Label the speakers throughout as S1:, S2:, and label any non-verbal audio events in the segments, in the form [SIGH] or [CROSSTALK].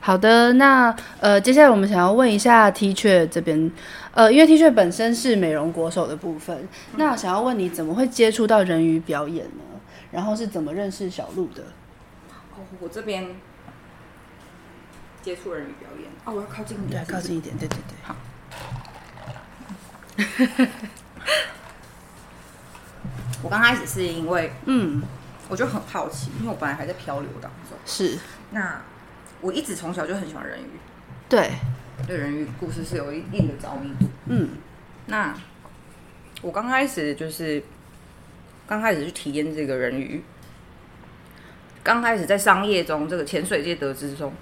S1: 好的，那呃，接下来我们想要问一下 T 恤这边，呃，因为 T 恤本身是美容国手的部分，那想要问你怎么会接触到人鱼表演呢？然后是怎么认识小鹿的？
S2: 哦，我这边接触人鱼表演。哦，我要靠近你，
S1: 对，靠近一点，对对对。
S2: 好。我刚开始是因为
S1: 嗯，
S2: 我就很好奇，因为我本来还在漂流当中。
S1: 是，
S2: 那我一直从小就很喜欢人鱼，
S1: 对，
S2: 对人鱼故事是有一定的着迷度。
S1: 嗯，
S2: 那我刚开始就是刚开始去体验这个人鱼，刚开始在商业中这个潜水界得知中，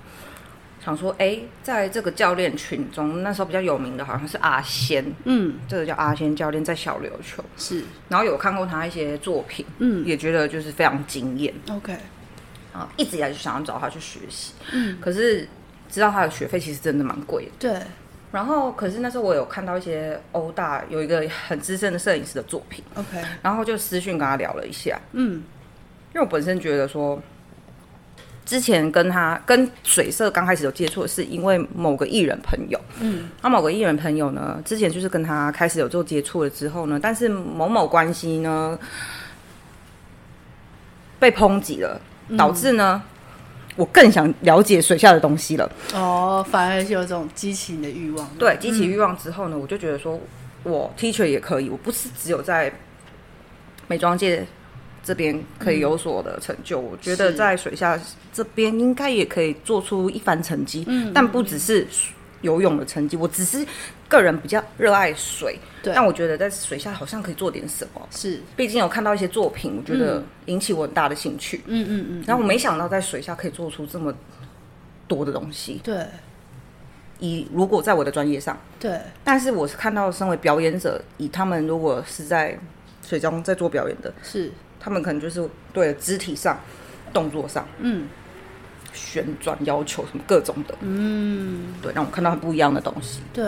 S2: 想说，哎、在这个教练群中，那时候比较有名的好像是阿仙，
S1: 嗯，
S2: 这个叫阿仙教练在小琉球，
S1: 是，
S2: 然后有看过他一些作品，
S1: 嗯
S2: 也觉得就是非常惊艳
S1: ，OK，
S2: 啊，一直以来就想要找他去学习，
S1: 嗯，
S2: 可是知道他的学费其实真的蛮贵的。
S1: 对，
S2: 然后，可是那时候我有看到一些欧大有一个很资深的摄影师的作品，
S1: OK，
S2: 然后就私讯跟他聊了一下，
S1: 嗯，
S2: 因为我本身觉得说，之前跟他跟水色刚开始有接触，是因为某个艺人朋友，嗯，那某个艺人朋友呢，之前就是跟他开始有做接触了之后呢，但是某某关系呢被抨击了，导致呢。我更想了解水下的东西了，
S1: 哦，反而是有种激起你的欲望，
S2: 对，激起欲望之后呢，我就觉得说，我 teacher 也可以，我不是只有在美妆界这边可以有所的成就，我觉
S1: 嗯
S2: 得
S1: 是
S2: 在水下这边应该也可以做出一番成绩，
S1: 嗯
S2: 但不只是游泳的成绩，我只是个人比较热爱水，
S1: 对
S2: 但我觉得在水下好像可以做点什么，
S1: 是，
S2: 毕竟有看到一些作品，我觉得引起我很大的兴趣，
S1: 嗯嗯嗯，
S2: 然后我没想到在水下可以做出这么多的东西，
S1: 对
S2: 以如果在我的专业上。
S1: 对，
S2: 但是我是看到，身为表演者，以他们如果是在水中在做表演的，
S1: 是，
S2: 他们可能就是对肢体上、动作上、
S1: 嗯
S2: 旋转要求什么各种的，
S1: 嗯，
S2: 对，让我看到很不一样的东西，
S1: 对，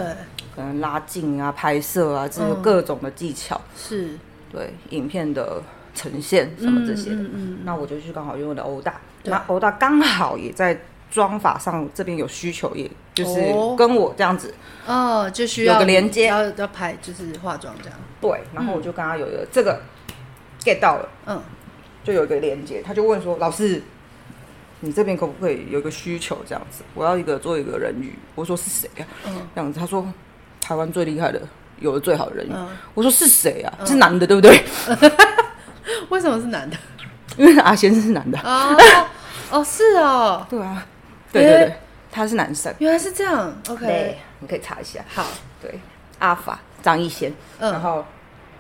S2: 可能拉近啊、拍摄啊，这
S1: 嗯
S2: 种各种的技巧，
S1: 是，
S2: 对，影片的呈现什么这些的。
S1: 嗯嗯
S2: 那我就去刚好用我的欧大，
S1: 对
S2: 那欧大刚好也在妆法上这边有需求，也就是
S1: 哦
S2: 跟我这样子。
S1: 嗯哦，就需要
S2: 有个连接
S1: 要要拍就是化妆这样，
S2: 对，然后我就跟他有一个、这个 get 到了，
S1: 嗯，
S2: 就有一个连接，他就问说：“老师，你这边可不可以有一个需求这样子？我要一个做一个人鱼。”我说：“是谁呀、啊？”
S1: 嗯
S2: 这样子，他说：“台湾最厉害的，有了最好的人鱼。
S1: 嗯
S2: 我说：“是谁呀、啊？是男的对不对？
S1: 为什么是男的？
S2: 因为阿仙是男的。 [LAUGHS]
S1: 哦哦，是哦，
S2: 对啊，对对对，
S1: 欸
S2: 他是男生。
S1: 原来是这样，OK，，
S2: 你可以查一下。
S1: 好，
S2: 对，阿法张艺贤，
S1: 嗯
S2: 然后。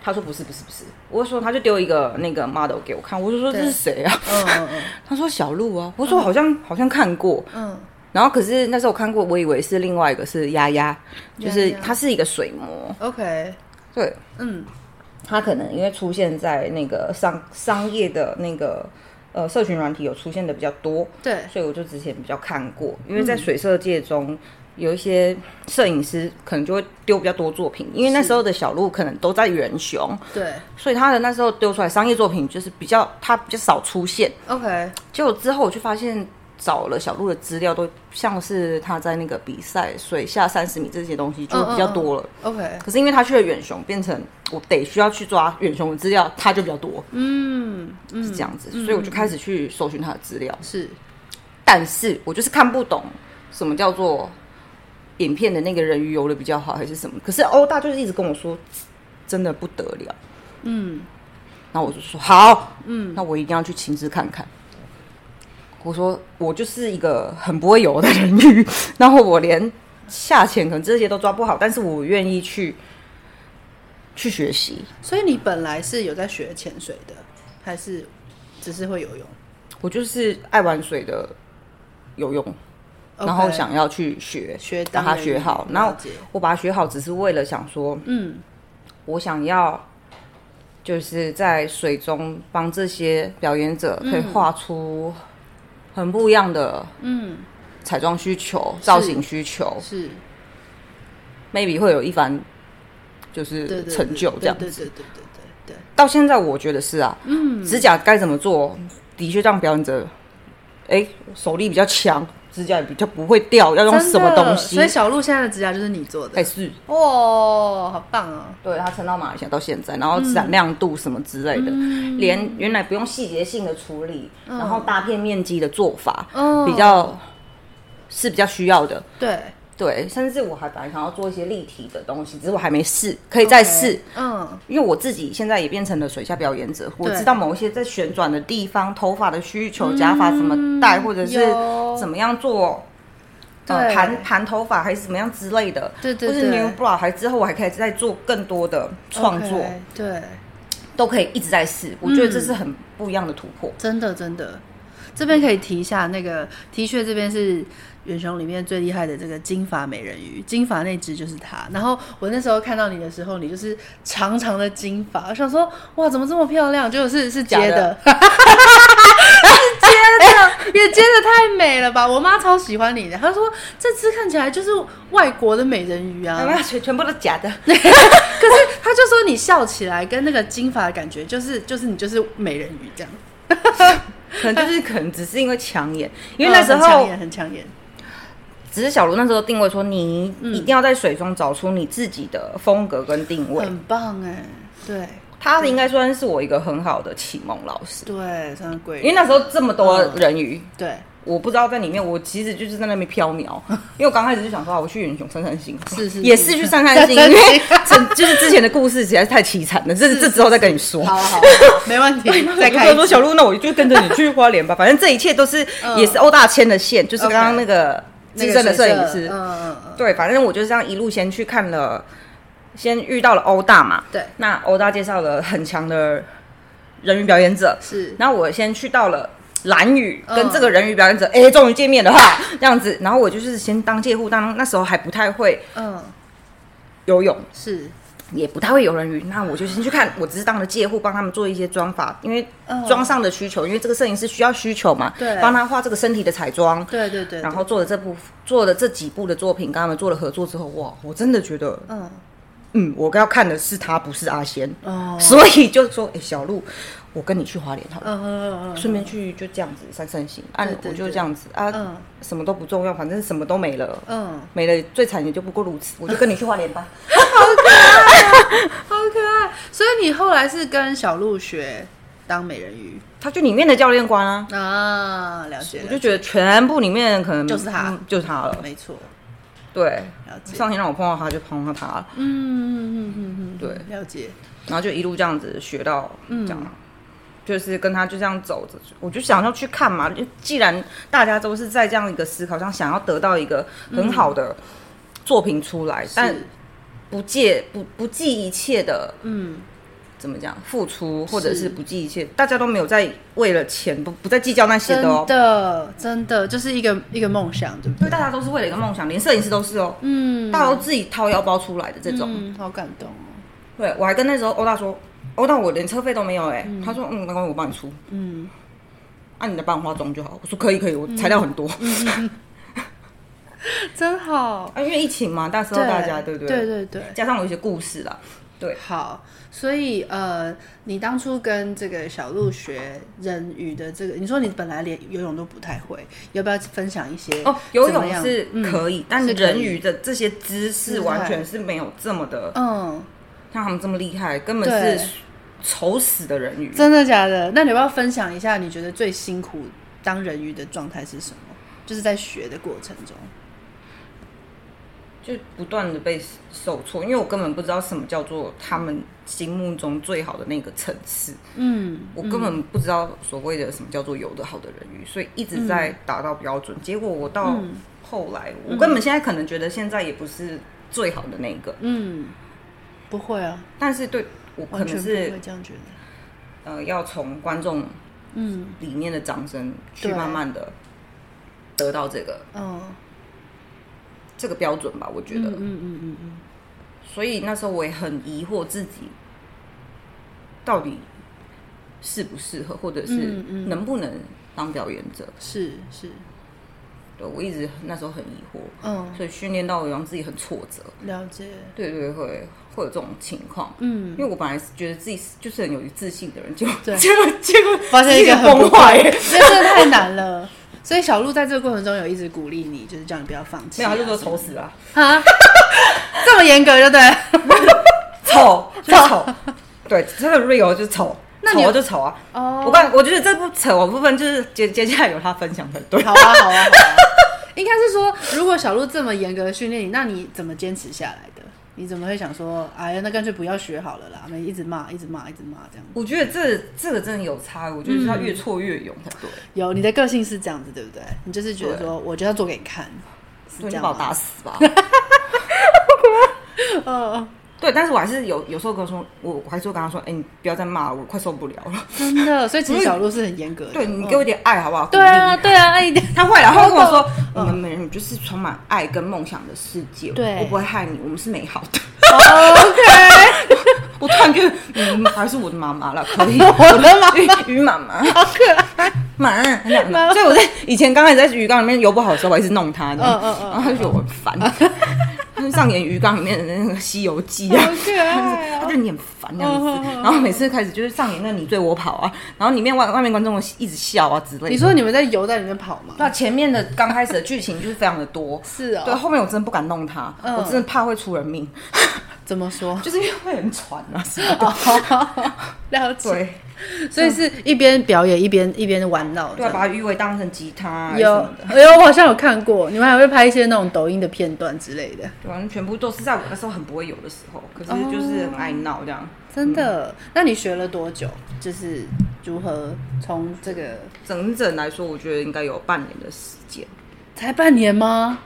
S2: 他说不是不是不是，我就说他就丢一个那个 model 给我看，我就说
S1: 对
S2: 这是谁啊？
S1: 嗯嗯嗯
S2: 他说小鹿啊，我说好像、好像看过，
S1: 嗯，
S2: 然后可是那时候我看过，我以为是另外一个是丫丫，就是
S1: 丫丫
S2: 它是一个水魔，
S1: OK，
S2: 对，
S1: 嗯，
S2: 它可能因为出现在那个商商业的那个呃社群软体有出现的比较多，
S1: 对，
S2: 所以我就之前比较看过，因为在水色界中。有一些摄影师可能就会丢比较多作品，因为那时候的小鹿可能都在远雄，
S1: 对
S2: 所以他的那时候丢出来商业作品就是比较他比较少出现。
S1: ，OK，
S2: 结果之后我就发现找了小鹿的资料，都像是他在那个比赛水下三十米这些东西就
S1: 嗯
S2: 比较多了。
S1: OK，
S2: 可是因为他去了远雄，变成我得需要去抓远雄的资料，他就比较多，
S1: 嗯嗯，
S2: 是这样子。所以我就开始去搜寻他的资料，
S1: 是
S2: 但是我就是看不懂什么叫做影片的那个人鱼游的比较好，还是什么。可是欧大就是一直跟我说，真的不得了。
S1: 嗯
S2: 然后我就说好，嗯，那我一定要去亲自看看。我说我就是一个很不会游的人鱼， [LAUGHS] 然后我连下潜可能这些都抓不好，但是我愿意去去学习。
S1: 所以你本来是有在学潜水的，还是只是会游泳？
S2: 我就是爱玩水的游泳
S1: OK
S2: 然后想要去学
S1: 学
S2: 把
S1: 当
S2: 它
S1: 人
S2: 学
S1: 鱼
S2: 好。
S1: 了
S2: 然后
S1: 解
S2: 我把它学好，只是为了想说，
S1: 嗯，
S2: 我想要就是在水中帮这些表演者可以画出很不一样的嗯彩妆需求、造型需求
S1: 是
S2: ，maybe 会有一番就
S1: 对
S2: 是
S1: 对
S2: 成就
S1: 对
S2: 这样。
S1: 对对对对对对
S2: 到现在我觉得是啊，嗯，指甲该怎么做，的确让表演者哎手力比较强，指甲也比较不会掉，要用什么东西
S1: 所以？小鹿现在的指甲就是你做的
S2: 哎，，是，
S1: 哦，好棒哦！
S2: 对，它撑到马来西亚到现在，然后闪亮度什么之类的，连原来不用细节性的处理，然后大片面积的做法，
S1: 嗯
S2: 比较是比较需要的。
S1: 对，
S2: 对，甚至我还本来想要做一些立体的东西，只是我还没试，可以再试。
S1: 嗯，
S2: 因为我自己现在也变成了水下表演者，我
S1: 对嗯
S2: 知道某一些在旋转的地方，头发的需求、假发怎么戴，或者是
S1: 有
S2: 怎么样做，呃，
S1: 对
S2: 盘盘头发还是怎么样之类的，
S1: 对对
S2: 或是
S1: 对
S2: new bra，还之后我还可以再做更多的创作
S1: OK，对，嗯
S2: 都可以一直在试。我觉得这是很不一样的突破。
S1: 真的真的，这边可以提一下那个 T 恤，这边是远雄里面最厉害的这个金发美人鱼，金发那只就是它。然后我那时候看到你的时候，你就是长长的金发，我想说哇，怎么这么漂亮？结果是是
S2: [LAUGHS]
S1: 接
S2: 假
S1: 的
S2: 的。
S1: [LAUGHS] 是接的，也接的太美了吧！我妈超喜欢你的，她说这只看起来就是外国的美人鱼啊。
S2: [LAUGHS] 哎呀，全全部都假
S1: [LAUGHS]
S2: 的，
S1: 可是他就说你笑起来跟那个金发的感觉，就是就是你就是美人鱼这样，
S2: 可能就是可能只是因为抢眼，因为那时
S1: 嗯很抢
S2: 候
S1: 眼很抢眼，
S2: 只是小卢那时候定位说，你
S1: 嗯
S2: 一定要在水中找出你自己的风格跟定位。
S1: 很棒哎，对
S2: 他应该算是我一个很好的启蒙老师，
S1: 对，算是贵人，
S2: 因为那时候这么多人鱼，
S1: 对
S2: 我不知道在里面，我其实就是在那边
S1: [LAUGHS]
S2: 飘渺，因为我刚开始就想说，啊我去远雄散散心，
S1: 是是
S2: 也是去散散心，
S1: [LAUGHS] 散散
S2: 因
S1: 心
S2: 为这 [LAUGHS] 就是之前的故事实在是太凄惨了，这这之后再跟你说。，
S1: 好好，好没问题再
S2: 我就
S1: 看一
S2: 说
S1: 次
S2: 小鹿，那我就跟着你去花莲吧，反正这一切都是
S1: 嗯
S2: 也是欧大牵的线，就是
S1: OK
S2: 刚刚那个
S1: 那
S2: 资
S1: 个
S2: 深的摄影
S1: 角色
S2: 师，
S1: 嗯嗯嗯，
S2: 对，反正我就是这样一路先去看了，先遇到了欧大嘛，
S1: 对，
S2: 那欧大介绍了很强的人鱼表演者，
S1: 是
S2: 然后我先去到了蓝屿，
S1: 嗯
S2: 跟这个人鱼表演者，哎、终于见面了哈，这样子。然后我就是先当介护，当那时候还不太会
S1: 嗯
S2: 游泳，
S1: 是
S2: 也不太会游人鱼，那我就先去看，我只是当了介护，帮他们做一些妆法，因为
S1: 嗯
S2: 妆上的需求，因为这个摄影师需要需求嘛，
S1: 对
S2: 帮他画这个身体的彩妆。
S1: 对对对，
S2: 然后做了这部做了这几部的作品，跟他们做了合作之后，哇，我真的觉得，
S1: 嗯
S2: 嗯，我要看的是他，不是阿仙，
S1: 哦
S2: 所以就说，哎、小鹿，我跟你去花莲好了。
S1: 嗯嗯嗯嗯
S2: 顺便去就这样子散散心，啊，
S1: 对对
S2: 我就这样子啊，
S1: 嗯
S2: 什么都不重要，反正什么都没了，
S1: 嗯，
S2: 没了最惨也就不过如此。我就跟你去花莲吧，
S1: 好可爱。所以你后来是跟小鹿学当美人鱼
S2: 他就里面的教练官啊，
S1: 啊？了解，
S2: 我
S1: 了解
S2: 就觉得全部里面可能
S1: 就是他
S2: 嗯就是他了。
S1: 没错，
S2: 对，
S1: 了解。
S2: 上天让我碰到他，就碰到他了，
S1: 嗯嗯嗯嗯嗯，
S2: 对
S1: 了解。
S2: 然后就一路这样子学到这
S1: 嗯
S2: 样。就是跟他就这样走着，我就想要去看嘛。就既然大家都是在这样一个思考上，想要得到一个很好
S1: 嗯
S2: 的作品出来，但
S1: 是
S2: 不介不不计一切的
S1: 嗯，
S2: 怎么讲付出，或者
S1: 是
S2: 是不计一切，大家都没有在为了钱不不再计较那些
S1: 真
S2: 的哦。
S1: 的真的就是一个一个梦想，对不
S2: 因
S1: 对？
S2: 为大家都是为了一个梦想，连摄影师都是哦，
S1: 嗯，
S2: 大家都自己掏腰包出来的这种。
S1: 嗯，好感动哦。
S2: 对我还跟那时候欧大说，欧大我连车费都没有哎、他说嗯没关系，我帮你出，
S1: 嗯，
S2: 啊你来帮我化妆就好。我说可以可以，我材料很多，
S1: 嗯真好。
S2: [LAUGHS] 啊因为疫情嘛，那时候大家对不对？
S1: 对对对。
S2: 加上我一些故事啦，对，
S1: 好，所以呃，你当初跟这个小鹿学人鱼的这个，你说你本来连游泳都不太会，要不要分享一些？
S2: 哦，游
S1: 怎么
S2: 泳
S1: 样嗯
S2: 是可以，但
S1: 是可以
S2: 人鱼的这些姿
S1: 姿
S2: 势
S1: 态
S2: 完全是没有这么的
S1: 嗯，
S2: 像他们这么厉害，根本
S1: 对
S2: 是丑死的人鱼。
S1: 真的假的？那你要不要分享一下你觉得最辛苦当人鱼的状态是什么？就是在学的过程中，
S2: 就不断的被受挫，因为我根本不知道什么叫做他们心目中最好的那个层次，
S1: 嗯，
S2: 我根本不知道所谓的什么叫做游得好的人鱼，所以一直在达到标准。结果我到
S1: 嗯
S2: 后来，我根本现在可能觉得现在也不是最好的那个，
S1: 嗯，不会啊，
S2: 但是对我可
S1: 完全
S2: 能
S1: 不会
S2: 是
S1: 这样觉得。
S2: 呃要从观众
S1: 嗯
S2: 里面的掌声去
S1: 对
S2: 慢慢的得到这个
S1: 嗯
S2: 这个标准吧，我觉得。
S1: 嗯嗯嗯嗯，
S2: 所以那时候我也很疑惑自己到底适不适合，或者是
S1: 嗯嗯
S2: 能不能当表演者。
S1: 是是，
S2: 对我一直那时候很疑惑，
S1: 嗯，
S2: 所以训练到我让自己很挫折。
S1: 了解，
S2: 对对，对会会有这种情况。
S1: 嗯
S2: 因，为我本来是觉得自己是就是 [LAUGHS] 很有自信的人，结果
S1: 对
S2: 结果结果
S1: 发现
S2: 自己
S1: [LAUGHS] 一个很
S2: 崩
S1: 不
S2: 坏。
S1: 这真的太难了，所以小鹿在这个过程中有一直鼓励你，就是叫你不要放弃
S2: 没
S1: 啊、
S2: 有，他就说丑死了，
S1: [LAUGHS] 啊，这么严格就对了。
S2: 丑就是丑， [LAUGHS] 对，真的 real 就是丑，
S1: 那你
S2: 丑就丑啊。
S1: 哦 [LAUGHS]
S2: 我刚我觉得这部丑的部分就是接接下来由他分享才
S1: [LAUGHS]
S2: 对。
S1: 好啊，好啊，好啊。应该是说，如果小鹿这么严格的训练你，那你怎么坚持下来的？你怎么会想说，哎呀，那干脆不要学好了啦？我们一直骂，一直骂，一直骂，这样。
S2: 我觉得这这个真的有差，我觉得是他越挫越勇才对。
S1: 有你的个性是这样子，对不对？你就是觉得说，我就要做给你看，是
S2: 对，
S1: 这
S2: 你就
S1: 样
S2: 把我
S1: 吗
S2: 打？
S1: [LAUGHS]
S2: 死吧。
S1: 嗯，
S2: 对，但是我还是有有时候跟我说，我我还是会跟他说，哎、你不要再骂了，我快受不了了。
S1: 真的。所以其实小鹿是很严格的。
S2: 对你
S1: 嗯
S2: 给我一点爱
S1: [LAUGHS]
S2: 好不好？
S1: 对啊，
S2: 鼓
S1: 对啊，哎， [LAUGHS]
S2: 励，他会啦，他会跟我说，
S1: 嗯
S2: 我们每人就是充满爱跟梦想的世界，
S1: 对哦
S2: 我不会害你，我们是美好的。
S1: OK，
S2: [LAUGHS] 我突然觉得，嗯，还是我的妈妈了，可
S1: [LAUGHS]
S2: 以。
S1: 我的妈，
S2: 鱼妈妈，
S1: 好可爱。
S2: 妈，很两
S1: 妈妈
S2: 难。所以我在以前刚开始在鱼缸里面游不好的时候，我一直弄它，
S1: 嗯嗯嗯
S2: 然后他就觉得我很烦，他就上演鱼缸里面的那个《西游记》啊
S1: 好，可爱哦
S2: 他对你很烦这样子
S1: 嗯嗯嗯嗯。
S2: 然后每次开始就是上演那你追我跑啊，然后里面外外面观众一直笑啊之类的。
S1: 你说你们在游在里面跑吗？，
S2: 那前面的刚开始的剧情就是非常的多
S1: [LAUGHS] 是
S2: 对，
S1: 哦，
S2: 后面我真的不敢弄它，
S1: 嗯
S2: 我真的怕会出人命， [LAUGHS]
S1: 怎么 [LAUGHS] 说？
S2: 就是因为会很喘啊什么的。
S1: [LAUGHS] 了解，
S2: [LAUGHS] 对，
S1: 所以是一边表演一边一边玩闹这
S2: 对，啊
S1: 样。
S2: 把鱼尾当成吉他啊什
S1: 有
S2: 么的，
S1: 有，我好像有看过，你们还会拍一些那种抖音的片段之类的，
S2: 对，反正全部都是在我那时候很不会有的时候，可是就是很爱闹这样。
S1: 真的。那你学了多久？就是如何从这个
S2: 整整来说，我觉得应该有半年的时间。
S1: 才半年吗？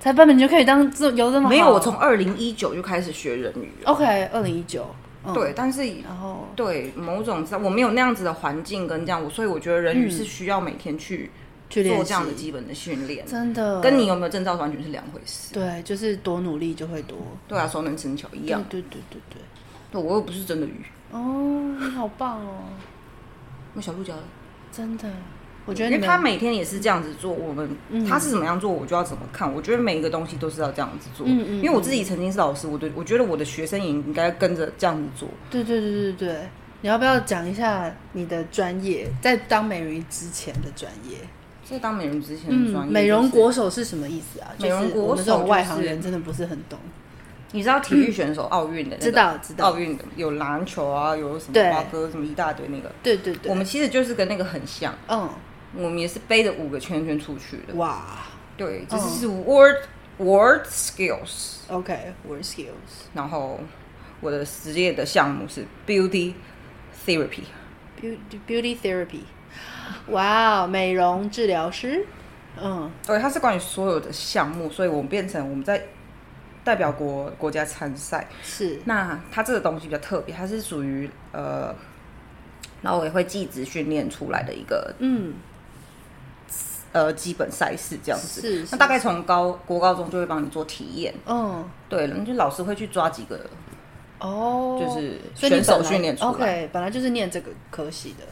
S1: 才半年你就可以当这游这么好
S2: 没有，我从二零一九就开始学人鱼了。
S1: OK 二零一九，嗯，
S2: 对，但是
S1: 然后
S2: 对某种我没有那样子的环境跟这样，我所以我觉得人鱼是需要每天去
S1: 嗯去练
S2: 做
S1: 习
S2: 这样的基本的训练，
S1: 真的
S2: 跟你有没有证照完全是两回事。
S1: 对，就是多努力就会多。
S2: 对啊，熟能生巧一
S1: 对
S2: 样。
S1: 对对对对，
S2: 对，我又不是真的鱼，
S1: 哦，你好棒哦，
S2: 那小鹿教的。
S1: 真的，我觉得你
S2: 因为
S1: 们嗯
S2: 他每天也是这样子做，我们、他是怎么样做，我就要怎么看。我觉得每一个东西都是要这样子做，
S1: 嗯嗯
S2: 因为我自己曾经是老师，我对我觉得我的学生也应该跟着这样子做。
S1: 对对对对对，你要不要讲一下你的专业，在当美容仪之前的专业？
S2: 这当美容之前的专
S1: 嗯，
S2: 业、
S1: 美容国，手是什么意思啊？
S2: 美容
S1: 就是
S2: 国
S1: 我们这种
S2: 手
S1: 外
S2: 就
S1: 行
S2: 是
S1: 人真的不是很懂。
S2: 你知道体育选手奥运的那个、
S1: 嗯知道知道
S2: 奥运的有篮球啊，有什
S1: 对
S2: 么花哥什么一大堆那个，
S1: 对对对，
S2: 我们其实就是跟那个很像，
S1: 嗯，
S2: 我们也是背着五个圈圈出去的。
S1: 哇
S2: 对，这
S1: 嗯
S2: 是 word、word skills，
S1: ，OK，word skills，beauty
S2: 然后我的职业的项目是 beauty therapy。
S1: beauty therapy，哇哦，美容治疗师，嗯，
S2: 对，它是关于所有的项目，所以我们变成我们在代表国国家参赛。
S1: 是
S2: 那它这个东西比较特别，它是属于呃劳委会技职训练出来的一个
S1: 嗯，
S2: 呃基本赛事这样子。
S1: 是是
S2: 那大概从高国高中就会帮你做体验，
S1: 嗯，
S2: 对，然后就老师会去抓几个，
S1: 哦，
S2: 就是
S1: 所以你
S2: 选手
S1: 本来
S2: 训练出来
S1: ，OK，本来就是念这个科系的，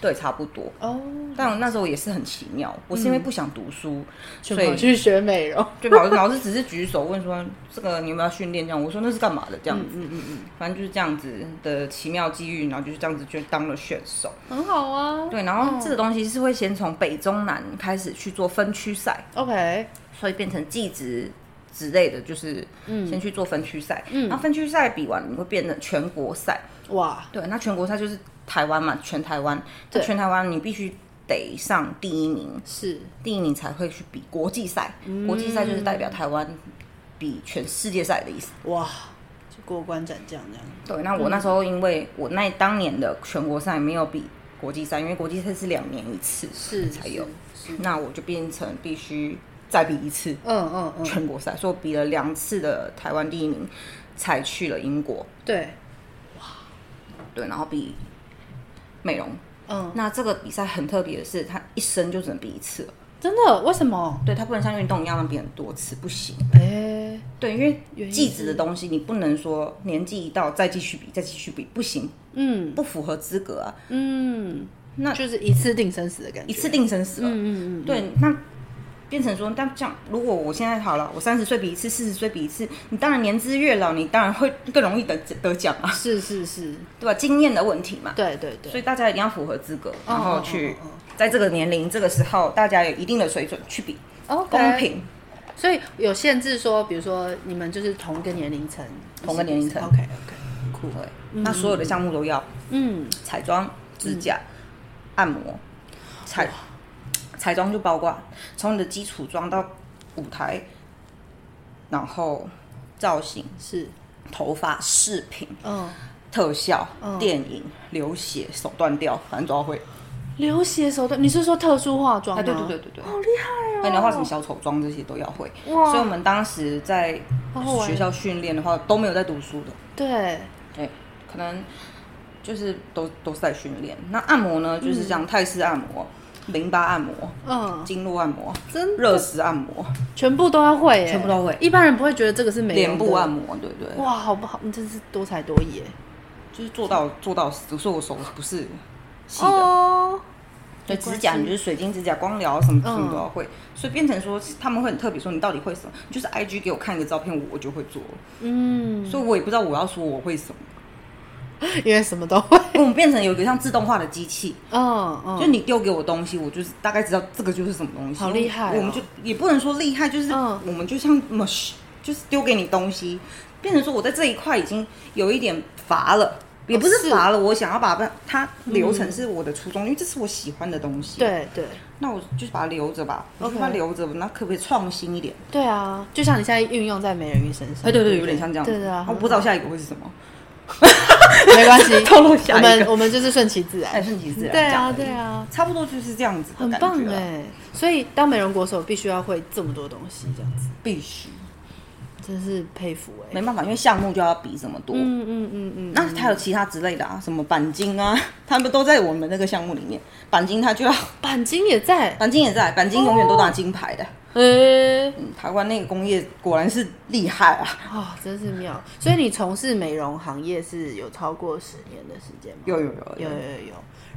S2: 对，差不多。
S1: 哦，
S2: 但我那时候也是很奇妙，我是因为不想读书，
S1: 就
S2: 所以
S1: 跑去学美容，
S2: 就老师 [LAUGHS] 老师只是举手问说这个你有没有要训练这样，我说那是干嘛的这样子，嗯嗯嗯，反正就是这样子的奇妙机遇，然后就是这样子就当了选手。
S1: 很好啊
S2: 对，然后这个东西是会先从北中南开始去做分区赛，
S1: ，OK，
S2: 所以变成技职之类的，就是先去做分区赛，嗯嗯，然后分区赛比完你会变成全国赛，
S1: 哇，
S2: 对，那全国赛就是台湾嘛，全台湾，
S1: 对
S2: 在全台湾你必须得上第一名，
S1: 是
S2: 第一名才会去比国际赛，
S1: 嗯
S2: 国际赛就是代表台湾比全世界赛的意思。
S1: 哇，就过关斩将这样，
S2: 对，那我那时候因为我那当年的全国赛没有比国际赛，因为国际赛是两年一次，
S1: 是
S2: 才有，
S1: 是是
S2: 那我就变成必须再比一次
S1: 嗯嗯嗯，
S2: 全国赛，所以我比了两次的台湾第一名，才去了英国，
S1: 对，
S2: 对，然后比美容。
S1: 嗯，
S2: 那这个比赛很特别的是，它一生就只能比一次了，
S1: 真的？为什么？
S2: 对，它不能像运动一样让别人多次，不行。
S1: 哎、
S2: 对，因为技职的东西，你不能说年纪一到再继续比，再继续比，不行，
S1: 嗯
S2: 不符合资格啊，
S1: 嗯，
S2: 那
S1: 就是一次定生死的感觉，
S2: 一次定生死了。啊
S1: 嗯，嗯嗯嗯，
S2: 对，那变成说，但这样，如果我现在好了，我三十岁比一次，四十岁比一次，你当然年资越老，你当然会更容易得得奖啊，
S1: 是是是，
S2: 对吧？经验的问题嘛，
S1: 对对对，
S2: 所以大家一定要符合资格，然后去
S1: 哦
S2: 在这个年龄、这个时候，大家有一定的水准去比，
S1: 哦
S2: 公。平。
S1: 所以有限制说，比如说你们就是同一个年龄层，
S2: 同个年龄层
S1: OK OK，酷
S2: 对，那所有的项目都要
S1: 嗯，
S2: 彩妆、指甲、按摩、彩彩妆就包括从你的基础妆到舞台，然后造型、
S1: 是，
S2: 头发、饰品、
S1: 嗯，
S2: 特效、
S1: 嗯
S2: 电影、流血、手断掉，反正都要会。
S1: 流血手段，你是说特殊化妆
S2: 啊，
S1: 吗？
S2: 对对对对对，
S1: 好厉害哦！
S2: 那你要化什么小丑妆这些都要会。
S1: 哇
S2: 所以我们当时在
S1: 好好玩
S2: 学校训练的话，都没有在读书的。
S1: 对，
S2: 对，可能就是都都是在训练。那按摩呢，就是像泰式按摩、淋巴按摩、
S1: 嗯，
S2: 经络按摩、
S1: 真的
S2: 热石按摩、
S1: 全部都要会耶，
S2: 全部都会
S1: 一般人不会觉得这个是美
S2: 脸
S1: 容的
S2: 部按摩，对不对？
S1: 哇，好不好？你真是多才多艺耶。
S2: 就是做到做到死，所以我手不是细的。
S1: 哦，
S2: 对
S1: 没关
S2: 指甲，
S1: 系
S2: 你就是水晶指甲、光疗什么什么
S1: 嗯
S2: 都要会，所以变成说他们会很特别，说你到底会什么？你就是 I G 给我看一个照片，我我就会做了，
S1: 嗯，
S2: 所以我也不知道我要说我会什么。
S1: 因为什么都会，
S2: [LAUGHS] 因为我们变成有一个像自动化的机器，
S1: 嗯嗯，
S2: 就你丢给我东西，我就是大概知道这个就是什么东西。
S1: 好厉害哦
S2: 我们就也不能说厉害，就是
S1: 嗯
S2: 我们就像 mach，就是丢给你东西，变成说我在这一块已经有一点乏了，也不
S1: 哦是
S2: 是乏了，我想要把它它留成是我的初衷，因为这是我喜欢的东西。，
S1: 对对
S2: 那我就把它留着吧，我就
S1: OK
S2: 把它留着吧，那可不可以创新一点？
S1: 对啊，就像你现在运用在美人鱼身上，
S2: 哎，对对，有点像这样。哦
S1: 对对啊，
S2: 我不知道下一个会是什么，
S1: [LAUGHS] 没关系，
S2: [LAUGHS] 透露
S1: 我
S2: 下一
S1: 们
S2: 个。
S1: 我们就是顺其自
S2: 哎，
S1: 然，
S2: 顺其自然。
S1: 对
S2: 这样
S1: 啊
S2: 而已
S1: 对，啊，
S2: 差不多就是这样子的
S1: 很
S2: 感觉啊。
S1: 棒哎。所以当美容国手必须要会这么多东西，这样子
S2: 必须。
S1: 真是佩服哎。
S2: 没办法，因为项目就要比这么多。
S1: 嗯嗯嗯嗯，
S2: 那还有其他之类的啊，什么钣金啊，他们都在我们那个项目里面。钣金它就要，，
S1: 钣金也在
S2: 钣金也在，钣金永远都拿金牌的。
S1: 哎，
S2: 嗯，台湾那个工业果然是厉害啊！
S1: 哦，真是妙。所以你从事美容行业是有超过十年的时间吗？
S2: 有有
S1: 有
S2: 有
S1: 有有有，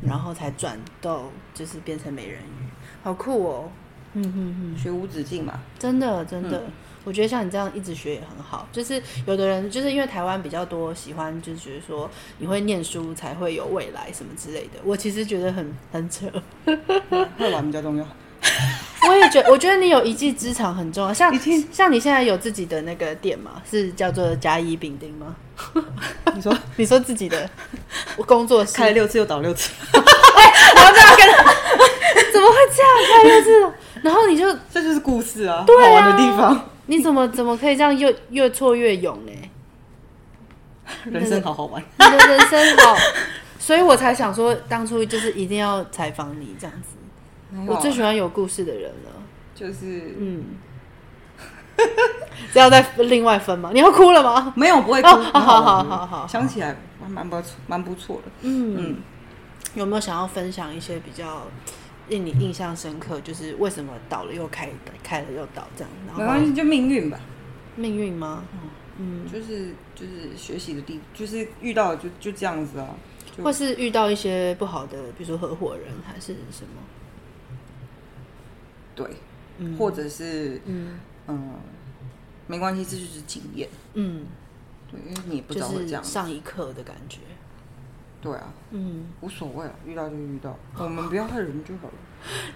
S1: 然后才转到就是变成美人鱼，好酷哦！嗯嗯嗯，
S2: 学无止境嘛，
S1: 真的真的，
S2: 嗯
S1: 我觉得像你这样一直学也很好。就是有的人就是因为台湾比较多喜欢，就是觉得说你会念书才会有未来什么之类的。我其实觉得很很扯，
S2: 会玩比较重要。
S1: 我也觉得我觉得你有一技之长很重要。像
S2: 一技
S1: 像你现在有自己的那个店嘛，是叫做甲乙丙丁吗？
S2: 你说
S1: 你说自己的工作室
S2: 开了六次又倒六次，
S1: [LAUGHS] 怎么会这样？太幼稚了。然后你就
S2: 这就是故事啊，
S1: 对啊
S2: 好玩的地方。
S1: 你怎么怎么可以这样越越挫越勇呢？
S2: 人生好好玩，
S1: 你的人生好，所以我才想说，当初就是一定要采访你这样子。我最喜欢有故事的人了。
S2: 就是
S1: 嗯， [LAUGHS] 这要再另外分吗？你要哭了吗？
S2: 没有不会哭，
S1: 哦
S2: 很玩
S1: 好好好好
S2: 想起来还蛮不错，蛮不错的。
S1: 嗯，
S2: 嗯，
S1: 有没有想要分享一些比较令你印象深刻，就是为什么倒了又开，开了又倒这样？
S2: 没
S1: 然
S2: 关
S1: 后
S2: 系，就命运吧。
S1: 命运吗？嗯，
S2: 就是就是学习的地，就是遇到就就这样子啊。就
S1: 或是遇到一些不好的，比如说合伙人还是什么？
S2: 对，
S1: 嗯
S2: 或者是
S1: 嗯
S2: 嗯，没关系，这就是经验。
S1: 嗯，
S2: 对，因为你也不知
S1: 就
S2: 道会
S1: 是
S2: 这样。
S1: 上一课的感觉。
S2: 对啊，
S1: 嗯，
S2: 无所谓啊，遇到就遇到，
S1: 哦
S2: 我们不要害人就好了。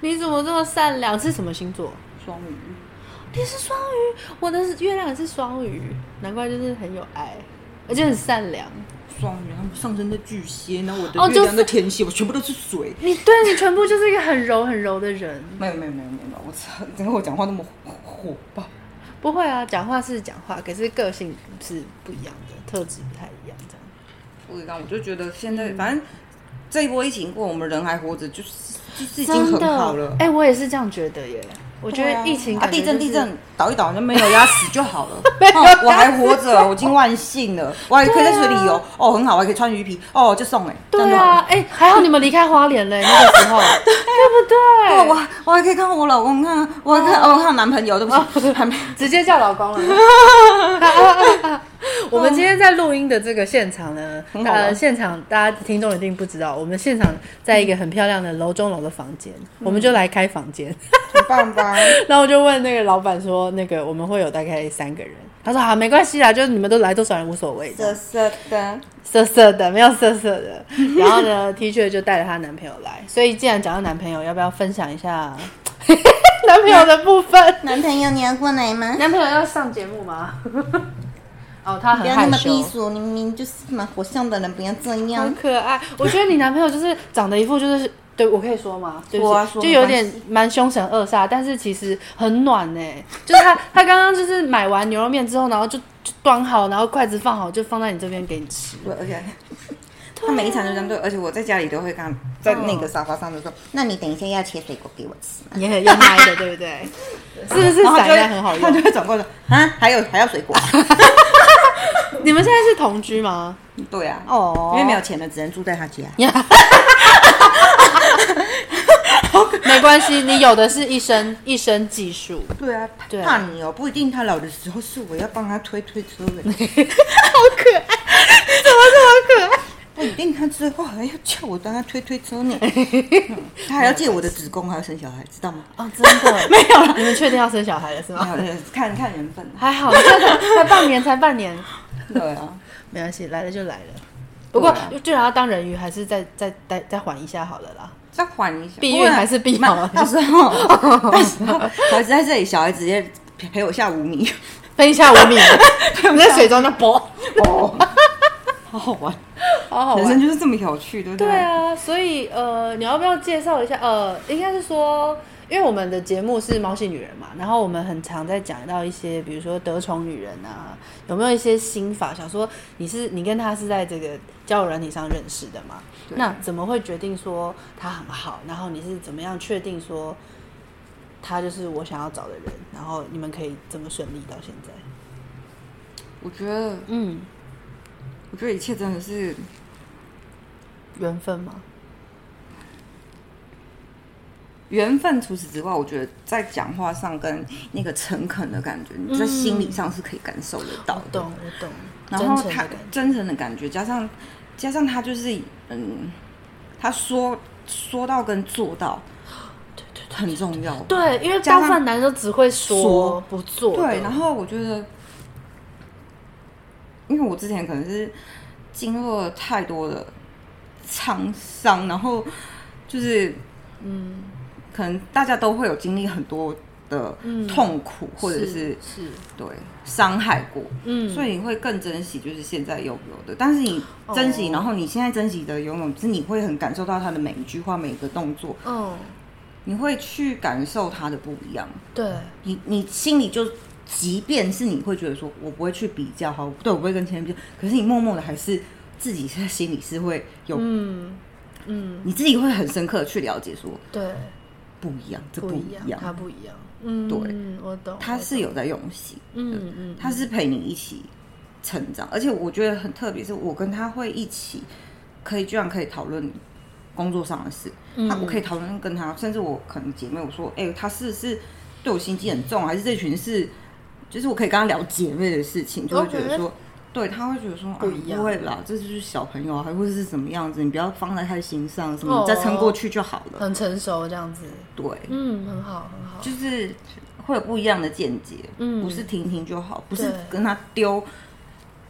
S1: 你怎么这么善良？是什么星座？
S2: 双鱼，
S1: 你是双鱼，我的月亮也是双鱼，难怪就是很有爱，而且很善良。
S2: 双鱼，他们上升在巨蟹，然后我
S1: 哦
S2: 的
S1: 就
S2: 月
S1: 是
S2: 亮在天蝎，我全部都是水。
S1: 你对你全部就是一个很柔很柔的人，
S2: 没有没有没有没有，我操！怎么我讲话那么火爆？
S1: 不会啊，讲话是讲话，可是个性是不一样的，特质不太一样，这样。
S2: 不知道，我就觉得
S1: 嗯
S2: 现在反正这一波疫情过，我们人还活着，就是就是已经很好了。
S1: 哎、我也是这样觉得耶。我觉
S2: 对
S1: 得疫情
S2: 啊，啊
S1: 感觉
S2: 地震
S1: 就是
S2: 地震倒一倒就
S3: [LAUGHS]
S2: 没有压死就好了。哦我还活着，我已经万幸了，我还可以在水
S3: 啊
S2: 里游，哦，很好，我还可以穿鱼皮，哦，就送哎，这样
S1: 对
S2: 就好
S1: 啊
S2: 了，，
S1: 哎、还好你们离开花莲嘞，那个时
S2: [LAUGHS]
S1: 候，对不对？
S2: 对，我还哦我还可以看我老公，看哦我
S3: 哦
S2: 还看哦，看我男朋友，对不起，还没
S1: 直接叫老公了。 [LAUGHS] 我们今天在录音的这个现场呢，
S2: 很好
S1: 呃，
S2: 玩
S1: 现场大家听众一定不知道，我们现场在一个很漂亮的楼中楼的房间，
S2: 嗯
S1: 我们就来开房间。 [LAUGHS]
S2: 很棒
S3: [LAUGHS]
S2: 吧？
S1: 然后我就问那个老板说，那个我们会有大概三个人，他说好，没关系啦，啊就是你们都来多少人无所谓的，
S2: 色的，
S1: 色色的，没有色色的。然后呢，T 恤就带着她男朋友来，所以既然讲到男朋友，要不要分享一下 [LAUGHS] 男朋友的部分？
S3: 男朋友，你要过来吗？
S1: 男朋友要上节目吗？ [LAUGHS] 哦，他
S3: 不
S1: 很
S3: 要那
S1: 害
S3: 么
S1: 羞
S3: 避。暑，你明明就是蛮火象的人，不要这
S1: 很
S3: 样。
S1: 可爱。我觉得你男朋友就是长得一副就是，对我可以说吗？对不起
S2: 说啊说
S1: 就有
S2: 没
S1: 点
S2: 关
S1: 蛮凶神恶煞，但是其实很暖呢、就是他他刚刚就是买完牛肉面之后，然后就就端好，然后筷子放好，就放在你这边给你吃。
S2: 我
S3: 啊
S2: 而且他每一场就这样对，而且我在家里都会跟他在
S3: 哦
S2: 那个沙发上就说，
S3: 那你等一下要切水果给我吃吗？
S1: [LAUGHS] 也很用麦的，对不对？ [LAUGHS] 是不是
S2: 然后
S1: 散
S2: 他就
S1: 弹
S2: 会
S1: 很好
S2: 他就
S1: 用？
S2: 会转过来说啊，还有还要水果？
S1: 你们现在是同居吗？
S2: 对啊，
S1: 哦
S2: 因为没有钱了，只能住在他家。
S1: [LAUGHS] 没关系，你有的是一身一身技术。
S2: 对啊，
S1: 对啊
S2: 怕你哦，不一定他老的时候是我要帮他推推车的，
S1: 好可爱，怎么这么可爱？
S2: 不一定他之后还要叫我帮他推推车呢，嗯他还要借我的子宫，还要生小孩，知道吗？
S1: 哦，真的 [LAUGHS] 没有了。你们确定要生小孩了是吗？
S2: 好的，看看缘分。
S1: [LAUGHS] 还好，你看才才半年，才半年，
S2: 对啊，
S1: 没关系，来了就来了。不过
S2: 对啊，
S1: 就让他当人鱼，还是再再再再缓一下好了啦。
S2: 再缓一下，
S1: 避孕还是避好啊
S2: 到时候，到时候小孩子在这里，小孩直接陪陪我下五米，
S1: [LAUGHS] 分一下五米，你在水中就啵，
S2: 哦，好好玩，
S1: 好好
S2: 人生。就是这么有趣，对不对？
S1: 对，啊，所以呃，你要不要介绍一下？呃，应该是说，因为我们的节目是猫系女人嘛，然后我们很常在讲到一些，比如说得宠女人啊，有没有一些心法？想说你是你跟她是在这个交友软体上认识的嘛？
S2: 对
S1: 那怎么会决定说她很好？然后你是怎么样确定说她就是我想要找的人？然后你们可以这么顺利到现在？
S2: 我觉得，
S1: 嗯，
S2: 我觉得一切真的是
S1: 缘分吗？
S2: 缘分。除此之外，我觉得在讲话上跟那个诚恳的感觉，你在心理上是可以感受得到
S1: 我
S2: 的。
S1: 嗯懂，我懂，
S2: 然
S1: 真
S2: 后
S1: 诚的
S2: 他
S1: 感觉。
S2: 真诚的感觉，加上加上他就是嗯，他说说到跟做到，对对很重要。
S1: 对，因为
S2: 加
S1: 大
S2: 上
S1: 部分男生只会说
S2: 说
S1: 不做的。
S2: 对，然后我觉得，因为我之前可能是经历了太多的沧桑，然后就是嗯，可能大家都会有经历很多的痛苦，或者是
S1: 嗯是，
S2: 对伤害过，
S1: 嗯
S2: 所以你会更珍惜，就是现在拥有的。但是你珍惜，
S1: 哦
S2: 然后你现在珍惜的拥有，就是你会很感受到他的每一句话、每一个动作，
S1: 嗯，
S2: 你会去感受他的不一样。
S1: 对，
S2: 你你心里就，即便是你会觉得说，我不会去比较，好，对我不会跟前面比较，可是你默默的还是自己在心里是会有，
S1: 嗯嗯，
S2: 你自己会很深刻的去了解说，
S1: 对，
S2: 不一样，这
S1: 不
S2: 一
S1: 一样，他不一样，嗯，
S2: 对，
S1: 我懂，
S2: 他
S1: 我
S2: 是
S1: 懂，
S2: 有在用心，
S1: 嗯嗯，
S2: 他是陪你一起成长，而且我觉得很特别，是我跟他会一起，可以居然可以讨论工作上的事，
S1: 嗯
S2: 他我可以讨论跟他，甚至我可能姐妹我说，哎、他是不是对我心机很重，还是这群是，就是我可以跟他聊姐妹的事情，就会觉得说。对，他会觉得说啊
S1: 不一样
S2: 不会啦，这就是小朋友啊，还会是怎么样子，你不要放在太心上，什么、
S1: 哦嗯
S2: 你再撑过去就好了。
S1: 很成熟这样子，
S2: 对，
S1: 嗯，很好，很好，
S2: 就是会有不一样的见解，
S1: 嗯
S2: 不是听听就好，不是
S1: 对
S2: 跟他丢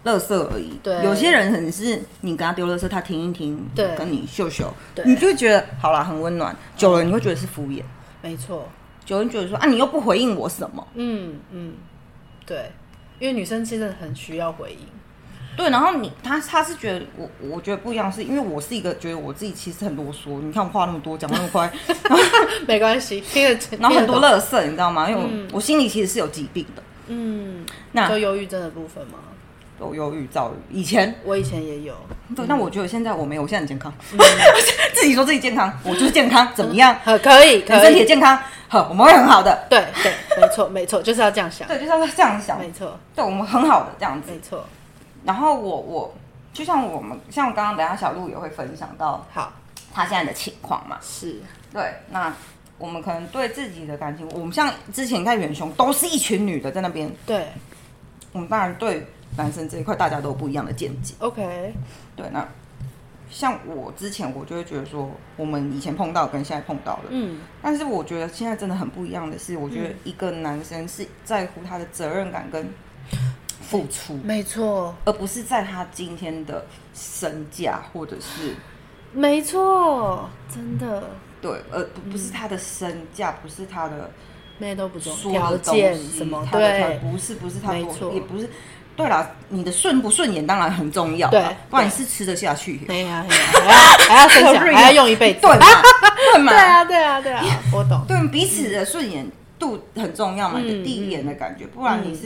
S2: 垃圾而已。
S1: 对
S2: 有些人可能是你跟他丢垃圾，他听一听，
S1: 对
S2: 跟你秀秀，
S1: 对
S2: 你就会觉得好啦，很温暖。久了你会觉得是敷衍，
S1: 没错，
S2: 久了你觉得说啊，你又不回应我什么？
S1: 嗯嗯，对，因为女生真的很需要回应， [LAUGHS]
S2: 对，然后你他他是觉得我，我觉得不一样，是因为我是一个觉得我自己其实很啰嗦，你看我话那么多，讲那么快，
S1: 没关
S2: [LAUGHS]
S1: 系，听得清，
S2: 然后很多
S1: 听得懂，
S2: 垃圾，你知道吗？因为我、我心里其实是有疾病的，
S1: 嗯，
S2: 那
S1: 就忧郁症的部分吗？
S2: 有忧郁、躁郁，以前
S1: 我以前也有， [LAUGHS]
S2: 对，那我觉得现在我没有，我现在很健康，自己说自己健康，我就是健康，怎么样？
S1: 呃，可以，
S2: 你
S1: 可
S2: 身体也
S1: 以，
S2: 健康，好，我们会很好的。
S1: 对对，没错没错，就是要这样想，
S2: 对，就是要这样想，
S1: 没错
S2: 对我们很好的这样子。
S1: 没错，
S2: 然后我我就像我们像刚刚等一下小鹿也会分享到
S1: 好
S2: 她现在的情况嘛，
S1: 是。
S2: 对，那我们可能对自己的感情，我们像之前在远雄都是一群女的在那边，
S1: 对，
S2: 我们当然对男生这一块大家都有不一样的见解。
S1: OK，
S2: 对，那像我之前我就会觉得说，我们以前碰到跟现在碰到的，
S1: 嗯，
S2: 但是我觉得现在真的很不一样的是，我觉得一个男生是在乎他的责任感跟付出，
S1: 没错，
S2: 而不是在他今天的身价或者是
S1: 没错，真的，
S2: 对，而不不是他的身价，不是他的
S1: 那些都不重要，
S2: 说
S1: 条
S2: 的东
S1: 件
S2: 西
S1: 什么
S2: 他的条
S1: 对
S2: 件，不是不是他
S1: 没
S2: 多，
S1: 错
S2: 也不是。对啦，你的顺不顺眼当然很重要啦，
S1: 对
S2: 不然你
S1: 对
S2: 是吃得下去。
S1: 没呀，没呀还要
S2: [LAUGHS]
S1: 还要生小孩，还要用一辈子，
S2: 对嘛，对嘛，
S1: [LAUGHS] 对啊，对啊，对
S2: [LAUGHS]
S1: 啊，我懂，
S2: 对彼此的顺眼度很重要嘛，
S1: 嗯
S2: 你的第一眼的感觉，不然你是、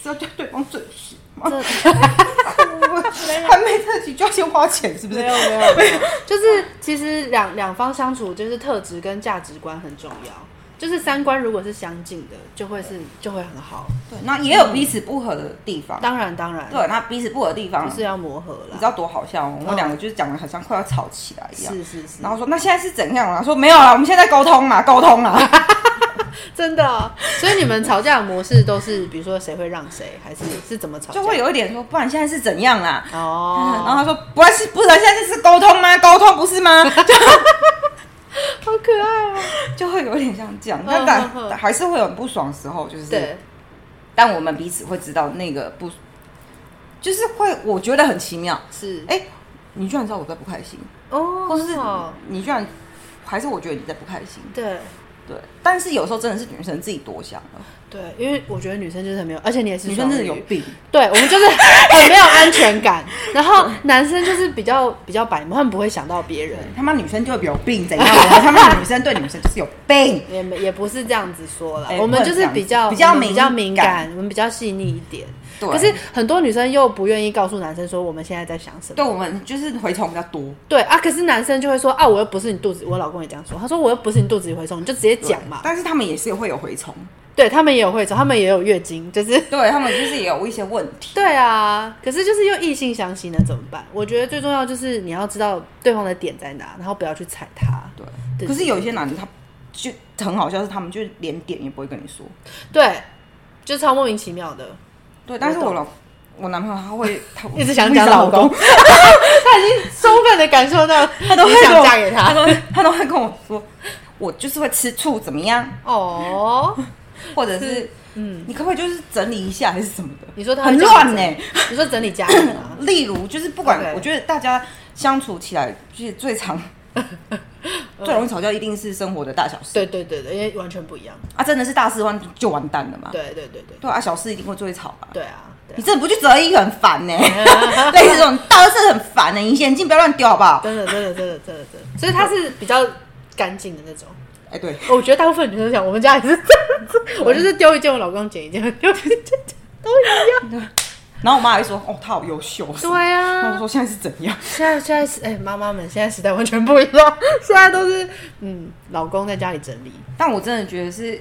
S2: 是要叫对方准时吗？ [LAUGHS]
S1: 这
S2: 我还没特级就要先花钱，是不是
S1: 没？有没有
S2: [LAUGHS]
S1: 没有，就是其实两两方相处，就是特质跟价值观很重要，就是三观如果是相近的，就会是就会很好。
S2: 对，那也有彼此不合的地方。
S1: 嗯当然当然，
S2: 对，那彼此不合的地方，
S1: 就是要磨合
S2: 你知
S1: 啦。
S2: 道多好笑哦？我们两个就是讲的好像快要吵起来一样。
S1: 是是是
S2: 然，后说那现在是怎样啊？说没有啦，我们现在在沟通嘛，沟通啊啦。
S1: 真的哦、所以你们吵架的模式都是，比如说谁会让谁，还是是怎么吵架？
S2: [LAUGHS] 就会有一点说，不然现在是怎样啦？然后
S1: 哦，
S2: 他说不然是不然现在是沟通吗？沟通不是吗？ [LAUGHS] 就
S1: [LAUGHS] 好可爱哦、
S2: 就会有点像这样，
S1: 嗯
S2: 但
S1: 嗯
S2: 但
S1: 嗯
S2: 还是会有很不爽的时候，就是
S1: 对，
S2: 但我们彼此会知道那个不，就是会，我觉得很奇妙。
S1: 是
S2: 哎、你居然知道我在不开心，
S1: 哦，
S2: 或是
S1: 好
S2: 你居然，还是我觉得你在不开心。
S1: 对
S2: 对，但是有时候真的是女生自己多想了，
S1: 对，因为我觉得女生就是很没有，而且你也是
S2: 女生真的
S1: 双
S2: 有
S1: 鱼
S2: 病。
S1: 对我们就是很没有安全感， [LAUGHS] 然后男生就是比较比较白目，他们不会想到别人，
S2: 他妈女生就有病怎样？ [LAUGHS] 他妈女生对女生就是有病。
S1: 也没也不是这样子说啦。
S2: 哎
S1: 我们就是比较
S2: 不能这样
S1: 我
S2: 子
S1: 们
S2: 比
S1: 比
S2: 较
S1: 较
S2: 敏
S1: 敏
S2: 感
S1: 感，我们比较细腻一点。
S2: 对，
S1: 可是很多女生又不愿意告诉男生说我们现在在想什么。
S2: 对我们就是蛔虫比较多。
S1: 对啊，可是男生就会说啊，我又不是你肚子，我老公也这样说，他说我又不是你肚子里蛔虫，你就直接讲嘛。
S2: 但是他们也是会有蛔虫，
S1: 对他们也有蛔虫，他们也有月经，就是
S2: 对他们就是也有一些问题。
S1: 对啊，可是就是又异性相吸能怎么办？我觉得最重要就是你要知道对方的点在哪，然后不要去踩他。
S2: 对，
S1: 对
S2: 可是有一些男的他就很好笑，是他们就连点也不会跟你说。
S1: 对，就超莫名其妙的，
S2: 对，但是我
S1: 懂
S2: 老我男朋友他会，他
S1: [LAUGHS] 一直想讲
S2: 我
S1: 老
S2: [LAUGHS]
S1: 公，充分的感受到他
S2: 他都会跟
S1: 想
S2: 我
S1: 嫁给他
S2: 他 [LAUGHS] 都会他都会跟我说，我就是会吃醋怎么样，
S1: 哦。
S2: 或者是嗯，你可不可以就是整理一下还是什么的？
S1: 你说他会
S2: 很
S1: 这样
S2: 乱
S1: 子
S2: 呢、
S1: 你说整理家里吗？
S2: 例如就是不管
S1: OK
S2: 我觉得大家相处起来就是
S1: [LAUGHS]
S2: 最常最容易吵架，一定是生活的大小事。
S1: 对对对对，因为完全不一样。
S2: 啊，真的是大事完就完蛋了嘛。
S1: 对对对对
S2: 对啊，小事一定会最吵啊。
S1: 对啊！对
S2: 你
S1: 啊
S2: 真的不去折衣很烦
S1: [LAUGHS]
S2: 呢、类似这种倒是很烦呢、你眼镜不要乱丢好不好？
S1: [LAUGHS] 真的真的真的真的真的，所以他是比较干净的那种。哦
S2: 哎、对，
S1: 我觉得大部分女生都想，我们家也是这样子，我就是丢一件，我老公捡一件，丢一件都一样。
S2: 然后我妈还说，哦，她好优秀。
S1: 对
S2: 然后我
S1: 啊，
S2: 说现在是怎样？ [LAUGHS]
S1: 现在现在是哎，妈妈们现在时代完全不一样， [LAUGHS] 现在都是嗯，老公在家里整理，
S2: 但我真的觉得是，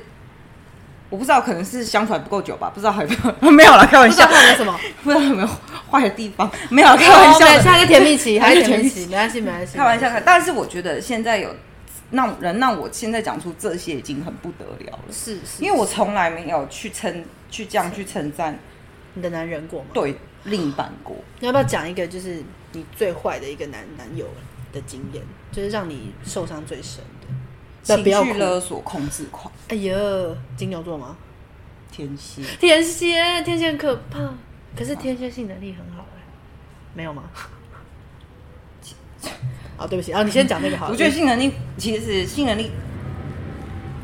S2: 我不知道，可能是相处还不够久吧，不知道还有 [LAUGHS] 没有没有了，开玩
S1: 不知道
S2: 笑，
S1: 看了什么。
S2: 不知道有没有坏的地方，没有啦 [LAUGHS] 开玩笑
S1: 哦没
S2: 的，
S1: 现在在甜蜜期，还
S2: 在
S1: 是甜蜜期，，
S2: [LAUGHS]
S1: 没关系，没关系。
S2: 开玩笑的。但是我觉得现在有让人让我现在讲出这些已经很不得了了，
S1: 是是，
S2: 因为我从来没有去称去这样去称赞
S1: 你的男人过吗？，
S2: 对另一半过。
S1: 你要不要讲一个就是你最坏的一个男男友的经验，就是让你受伤最深的？那
S2: 情
S1: 不要
S2: 绪
S1: 哭。
S2: 勒索控制狂，
S1: 哎呀，金牛座吗？
S2: 天蝎，
S1: 天蝎，天蝎很可怕，可是天蝎性能力很好哎、没有吗？ [LAUGHS] 哦，对不起，哦，你先讲那个好了。
S2: 我觉得性能力其实性能力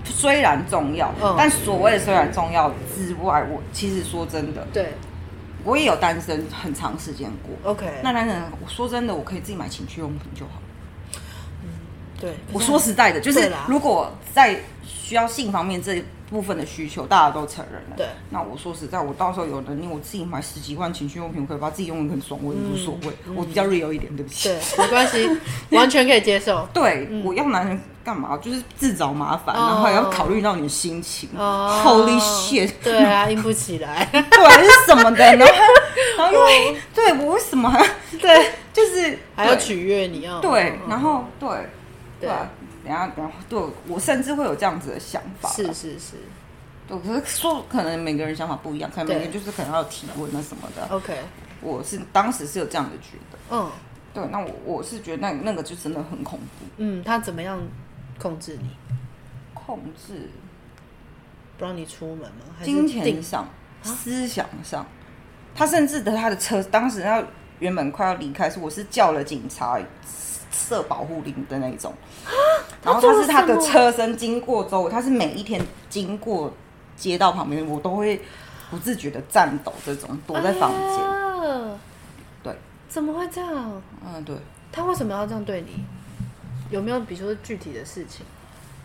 S2: 虽然重要，
S1: 嗯
S2: 但所谓的虽然重要之外，我其实说真的，
S1: 对
S2: 我也有单身很长时间过。
S1: ，OK，
S2: 那单身，我说真的，我可以自己买情趣用品就好。
S1: 对，
S2: 我说实在的，就是
S1: 对啦
S2: 如果在需要性方面这一部分的需求，大家都承认了。
S1: 对
S2: 那我说实在，我到时候有能力，我自己买十几万情趣用品，我可以把自己用的很爽，我也无所谓。
S1: 嗯
S2: 我比较 real 一点，对不起。
S1: 对，没关系，完全可以接受。
S2: 对，我要男人干嘛？就是自找麻烦，
S1: 嗯哦
S2: 然后还要考虑到你的心情。
S1: 哦
S2: Holy shit！
S1: 对啊，硬不起来。
S2: [LAUGHS] 对，是什么的？
S1: [LAUGHS]
S2: 然后还，然后又还对我为什么还
S1: 哦对，
S2: 就是
S1: 还要
S2: 对
S1: 取悦你哦。
S2: 对
S1: 嗯，
S2: 然后对
S1: 对
S2: 对啊，等一下等一下，对我甚至会有这样子的想法。
S1: 是是是，
S2: 对我可是说，可能每个人想法不一样，可能每个人
S1: 对
S2: 就是可能要有提问啊什么的。
S1: OK，
S2: 我是当时是有这样的觉得，
S1: 嗯
S2: 对，那我我是觉得那那个就真的很恐怖，
S1: 嗯，他怎么样控制你？
S2: 控制
S1: 不让你出门吗？还是
S2: 金钱
S1: 定啊
S2: 上、思想上，他甚至的他的车当时他原本快要离开，是我是叫了警察设保护铃的那一种，然后
S1: 啊做
S2: 他
S1: 了
S2: 是他
S1: 什
S2: 的
S1: 么
S2: 车身经过之后，他是每一天经过街道旁边，我都会不自觉的颤抖，这种躲在房间，
S1: 哎呀
S2: 对，
S1: 怎么会这样？
S2: 嗯，对，
S1: 他为什么要这样对你？有没有比如说具体的事情？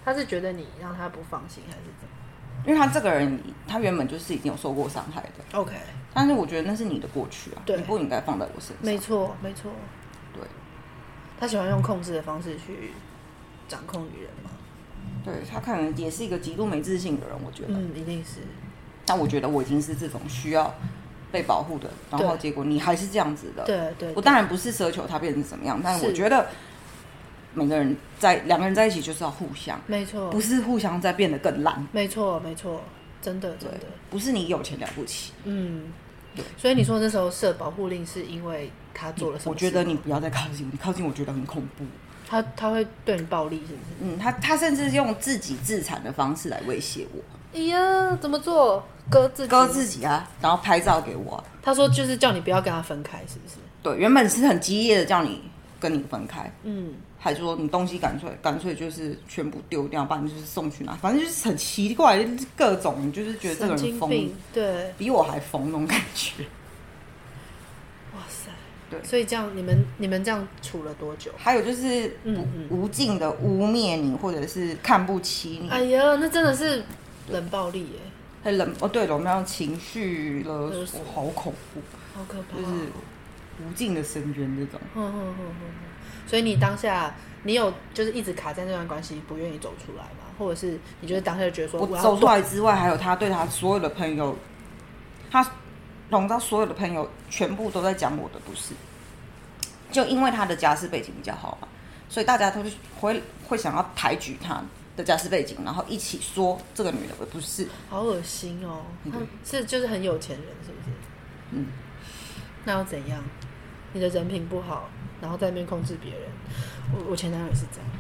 S1: 他是觉得你让他不放心，还是怎么
S2: 因为他这个人他原本就是已经有受过伤害的，
S1: ？OK，
S2: 但是我觉得那是你的过去啊，
S1: 对
S2: 你不应该放在我身上，
S1: 没错没错，
S2: 啊对
S1: 他喜欢用控制的方式去掌控女人嘛？
S2: 对，他可能也是一个极度没自信的人，我觉得。
S1: 嗯，一定是。
S2: 但我觉得我已经是这种需要被保护的，然后
S1: 对
S2: 结果你还是这样子的。
S1: 对啊对
S2: 我当然不是奢求他变成怎么样，但
S1: 是
S2: 我觉得每个人在两个人在一起就是要互相，
S1: 没错，
S2: 不是互相在变得更烂。
S1: 没错没错，真的真
S2: 对
S1: 的，，
S2: 不是你有钱了不起，
S1: 嗯
S2: 对。
S1: 所以你说那时候设保护令是因为他做了什么
S2: 我
S1: 事吗？
S2: 觉得你不要再靠近，你靠近我觉得很恐怖。
S1: 他他会对你暴力是不是？
S2: 嗯，他他甚至用自己自残的方式来威胁我，
S1: 哎呀，怎么做？割自己
S2: 割自己啊，然后拍照给我啊、
S1: 他说就是叫你不要跟他分开，是不是？
S2: 对，原本是很激烈的叫你跟你分开，
S1: 嗯，
S2: 还说你东西干脆干脆就是全部丢掉，不然就是送去哪，反正就是很奇怪，就是各种你就是觉得这个
S1: 神
S2: 人
S1: 经
S2: 疯
S1: 病，，对，
S2: 比我还疯那种感觉。
S1: 哇塞，
S2: 对
S1: 所以这样你们你们这样处了多久？
S2: 还有就是无、
S1: 嗯嗯
S2: 无尽的污蔑你，或者是看不起你，
S1: 哎呀，那真的是冷暴力耶，
S2: 还冷哦对了，我们要情绪勒
S1: 勒
S2: 索
S1: 索，
S2: 好恐怖，
S1: 好可怕。
S2: 就是
S1: 嗯
S2: 无尽的深渊这种。
S1: 哼哼哼哼哼。所以你当下你有就是一直卡在那段关系，不愿意走出来吗？或者是你就是当下就觉得说
S2: 我
S1: 要
S2: 走出
S1: 断
S2: 来之外，还有他对他所有的朋友，他笼罩所有的朋友，全部都在讲我的不是。就因为他的家世背景比较好嘛，所以大家都是会会想要抬举他的家世背景，然后一起说这个女的不是。
S1: 好恶心哦！他是就是很有钱人，是不是？
S2: 嗯，
S1: 那又怎样？你的人品不好，然后在那边控制别人。我我前男友也是这样，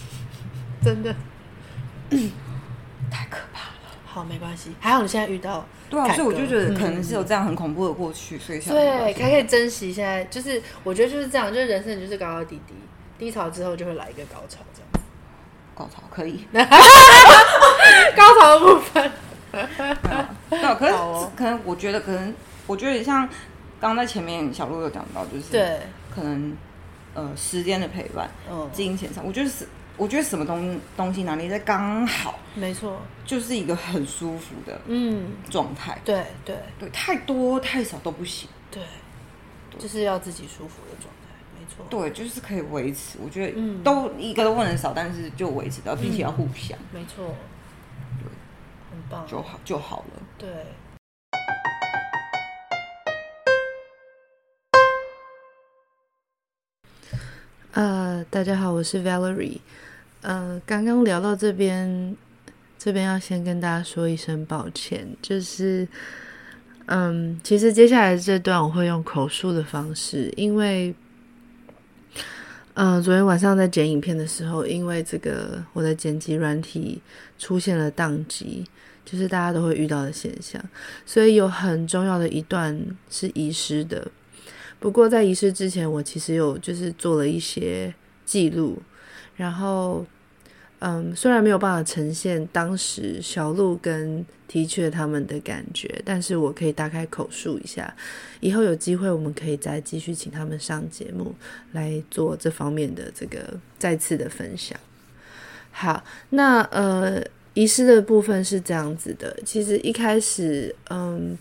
S1: [LAUGHS] 真 [COUGHS] 的
S2: 太可怕了。
S1: 好没关系。还好你现在遇到
S2: 对啊，
S1: 凯
S2: 所以我
S1: 哥
S2: 就觉得可能
S1: 嗯
S2: 是有这样很恐怖的过去，所以想
S1: 对，啊还可以珍惜现在。就是我觉得就是这样，就是人生就是高高低低，低潮之后就会来一个高潮，这样子。
S2: 高潮可以。
S1: [LAUGHS] 高潮的部分，
S2: 对啊，可是、
S1: 好哦
S2: 可能我觉得可能我觉得像刚刚在前面小鹿有讲到，就是
S1: 对，
S2: 可能呃时间的陪伴，
S1: 嗯，
S2: 金钱上，我觉得是，我觉得什么东东西拿捏在刚好，
S1: 没错，
S2: 就是一个很舒服的
S1: 嗯，
S2: 状态。
S1: 对对
S2: 对，太多太少都不行。
S1: 对，就是要自己舒服的状态，没错。
S2: 对，就是可以维持。我觉得
S1: 嗯
S2: 都、一个都不能少，但是就维持到，并且要互相、
S1: 没错，很棒，啊
S2: 就好就好了。
S1: 对。呃，大家好，我是 Valerie。呃，刚刚聊到这边，这边要先跟大家说一声抱歉，就是，嗯，其实接下来这段我会用口述的方式，因为，呃，昨天晚上在剪影片的时候，因为这个我的剪辑软体出现了宕机，就是大家都会遇到的现象，所以有很重要的一段是遗失的。不过在遗失之前，我其实有就是做了一些记录，然后嗯，虽然没有办法呈现当时小鹿跟的确他们的感觉，但是我可以大概口述一下。以后有机会，我们可以再继续请他们上节目来做这方面的这个再次的分享。好，那呃，遗失的部分是这样子的，其实一开始，嗯，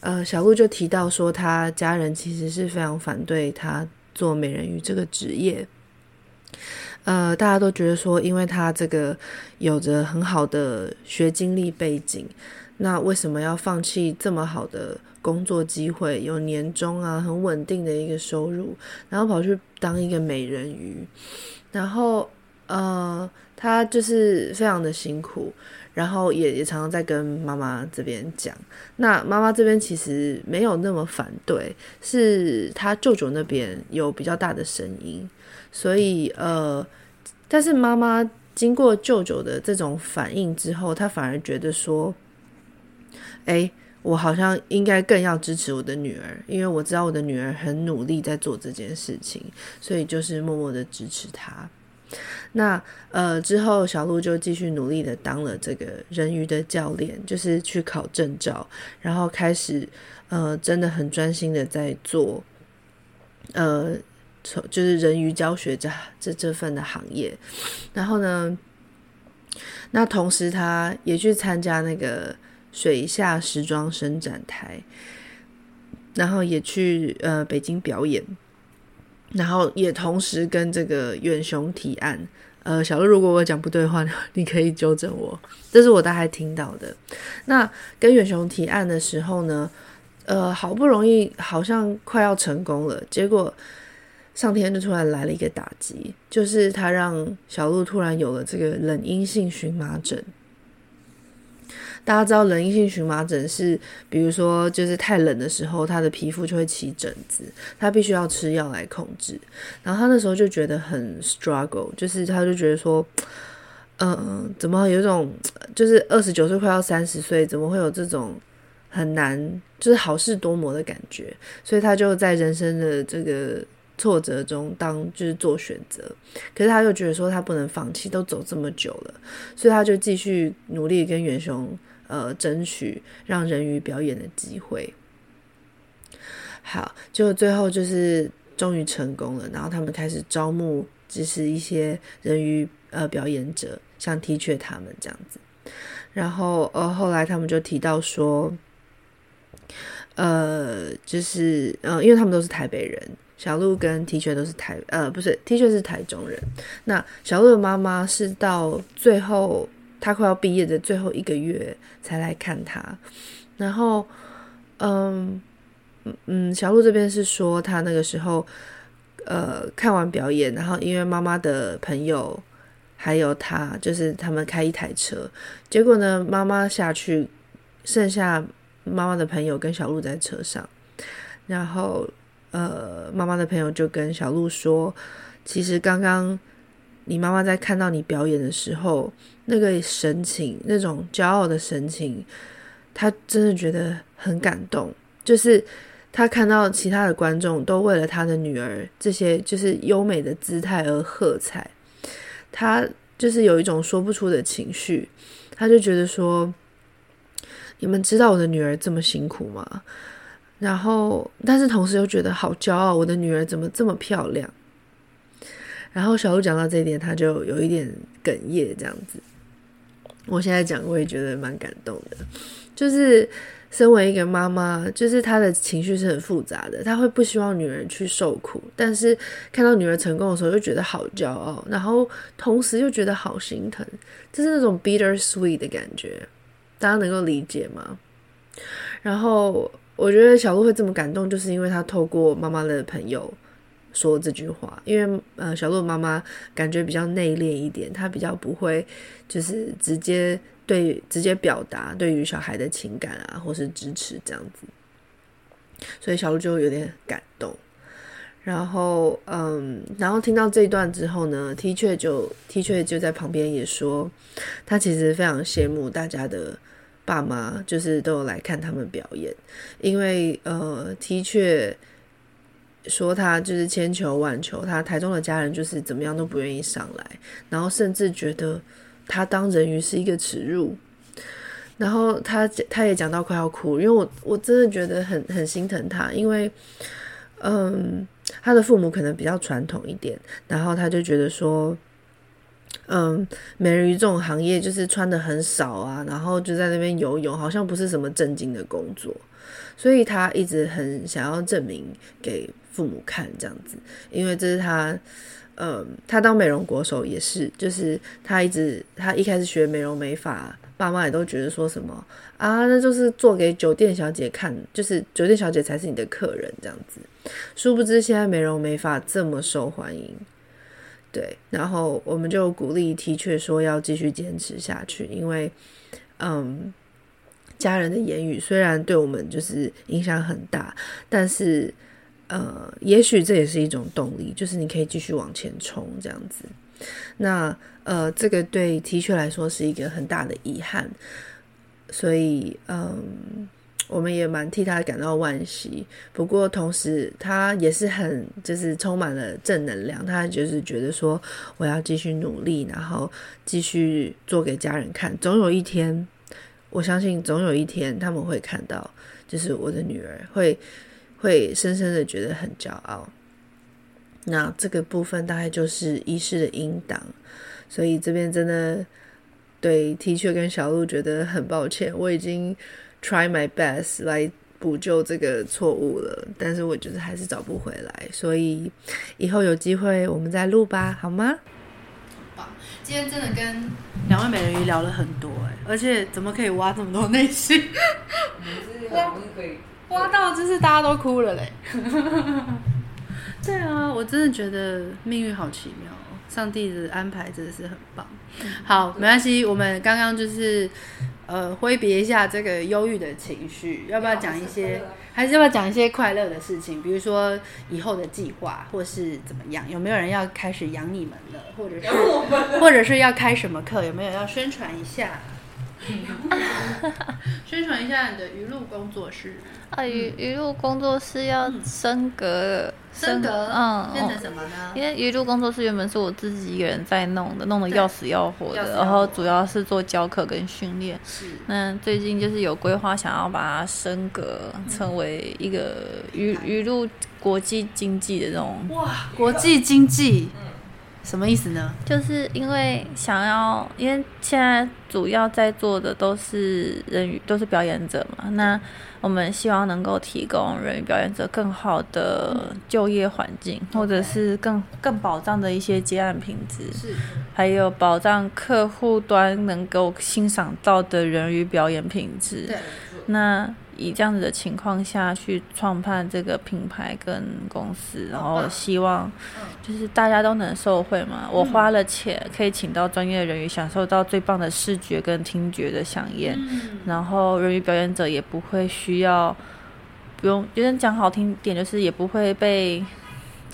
S1: 呃，小鹿就提到说，他家人其实是非常反对他做美人鱼这个职业。呃，大家都觉得说，因为他这个有着很好的学经历背景，那为什么要放弃这么好的工作机会，有年终啊，很稳定的一个收入，然后跑去当一个美人鱼？然后，呃，他就是非常的辛苦，然后也也常常在跟妈妈这边讲。那妈妈这边其实没有那么反对，是他舅舅那边有比较大的声音，所以呃，但是妈妈经过舅舅的这种反应之后，她反而觉得说，哎。我好像应该更要支持我的女儿，因为我知道我的女儿很努力在做这件事情，所以就是默默的支持她。那呃之后，小鹿就继续努力的当了这个人鱼的教练，就是去考证照，然后开始呃真的很专心的在做，呃，从就是人鱼教学这这这份的行业。然后呢，那同时他也去参加那个水下时装伸展台，然后也去呃北京表演。然后也同时跟这个远雄提案。呃，小鹿，如果我讲不对的话， [LAUGHS] 你可以纠正我，这是我大概听到的。那跟远雄提案的时候呢，呃，好不容易好像快要成功了，结果上天就突然来了一个打击，就是他让小鹿突然有了这个冷阴性荨麻疹。大家知道冷阴性荨麻疹是，比如说就是太冷的时候，他的皮肤就会起疹子，他必须要吃药来控制。然后他那时候就觉得很 struggle，就是他就觉得说，嗯、呃，怎么有一种就是二十九岁快要三十岁，怎么会有这种很难就是好事多磨的感觉？所以他就在人生的这个挫折中当就是做选择，可是他又觉得说他不能放弃，都走这么久了，所以他就继续努力跟元雄呃争取让人鱼表演的机会。好，就最后就是终于成功了，然后他们开始招募，就是呃一些人鱼呃表演者，像 T 恤他们这样子。然后呃后来他们就提到说，呃就是呃因为他们都是台北人，小鹿跟 T 恤都是台呃不是 T 恤是台中人，那小鹿的妈妈是到最后她快要毕业的最后一个月才来看她，然后嗯嗯，小鹿这边是说她那个时候呃看完表演，然后因为妈妈的朋友还有她，就是他们开一台车，结果呢妈妈下去，剩下妈妈的朋友跟小鹿在车上，然后呃妈妈的朋友就跟小鹿说，其实刚刚。你妈妈在看到你表演的时候，那个神情，那种骄傲的神情，她真的觉得很感动。就是她看到其他的观众都为了她的女儿这些就是优美的姿态而喝彩，她就是有一种说不出的情绪，她就觉得说：“你们知道我的女儿这么辛苦吗？”然后，但是同时又觉得好骄傲，我的女儿怎么这么漂亮？然后小鹿讲到这一点，他就有一点哽咽这样子。我现在讲，我也觉得蛮感动的。就是身为一个妈妈，就是她的情绪是很复杂的，她会不希望女儿去受苦，但是看到女儿成功的时候，又觉得好骄傲，然后同时又觉得好心疼，就是那种 bitter sweet 的感觉。大家能够理解吗？然后我觉得小鹿会这么感动，就是因为她透过妈妈的朋友说这句话，因为呃，小鹿的妈妈感觉比较内敛一点，她比较不会就是直接对直接表达对于小孩的情感啊，或是支持这样子，所以小鹿就有点感动。然后，嗯，然后听到这一段之后呢，T 雀就 T 雀就在旁边也说，他其实非常羡慕大家的爸妈，就是都有来看他们表演，因为呃，T 雀说他就是千求万求，他台中的家人就是怎么样都不愿意上来，然后甚至觉得他当人鱼是一个耻辱。然后他他也讲到快要哭，因为我我真的觉得很很心疼他，因为嗯，他的父母可能比较传统一点，然后他就觉得说，嗯，美人鱼这种行业就是穿的很少啊，然后就在那边游泳，好像不是什么正经的工作，所以他一直很想要证明给父母看这样子，因为这是他。嗯，他当美容国手也是，就是他一直他一开始学美容美发，爸妈也都觉得说什么啊，那就是做给酒店小姐看，就是酒店小姐才是你的客人这样子。殊不知现在美容美发这么受欢迎，
S4: 对，然后我们就鼓励 T 却说要继续坚持下去，因为，嗯，家人的言语虽然对我们就是影响很大，但是，呃，也许这也是一种动力，就是你可以继续往前冲这样子。那呃，这个对 T 却来说是一个很大的遗憾，所以嗯，我们也蛮替他感到惋惜。不过同时，他也是很就是充满了正能量，他就是觉得说我要继续努力，然后继续做给家人看，总有一天，我相信总有一天他们会看到，就是我的女儿会会深深的觉得很骄傲。那这个部分大概就是医师的应当，所以这边真的对 T 恤跟小鹿觉得很抱歉，我已经 try my best 来补救这个错误了，但是我就是还是找不回来，所以以后有机会我们再录吧，好吗？
S1: 今天真的跟两位美人鱼聊了很多哎、而且怎么可以挖这么多内心，
S2: 我们可以
S1: 挖到就是大家都哭了嘞。 [LAUGHS] 对啊，我真的觉得命运好奇妙哦，上帝的安排真的是很棒。好，没关系，我们刚刚就是呃挥别一下这个忧郁的情绪，要不要讲一些？还是要不要讲一些快乐的事情？比如说以后的计划，或是怎么样？有没有人要开始养你们了，或者是或者是要开什么课？有没有要宣传一 [LAUGHS] 下？宣传一下你的娱乐工作室，
S5: 啊，
S1: 嗯
S5: 鱼鱼露工作室要升格了，
S1: 升格，
S5: 嗯，
S1: 变
S5: 哦
S1: 成什么呢？
S5: 因为鱼露工作室原本是我自己一个人在弄的，弄得要死要活
S1: 要死
S5: 的，
S1: 要
S5: 然后
S1: 活
S5: 主要是做教课跟训练。
S1: 是
S5: 那最近就是有规划，想要把它升格
S1: 嗯
S5: 成为一个鱼鱼露国际经济的这种，
S1: 哇，国际经济，什么意思呢？
S5: 就是因为想要，因为现在主要在做的都是人鱼，都是表演者嘛。那我们希望能够提供人鱼表演者更好的就业环境，或者是更更保障的一些接案品质。
S1: 是
S5: 还有保障客户端能够欣赏到的人与表演品质。
S1: 对，
S5: 那以这样子的情况下去创办这个品牌跟公司，然后希望就是大家都能受惠嘛。我花了钱可以请到专业的人鱼，享受到最棒的视觉跟听觉的响宴，
S1: 嗯
S5: 然后人鱼表演者也不会需要不用，就是讲好听点，就是也不会被。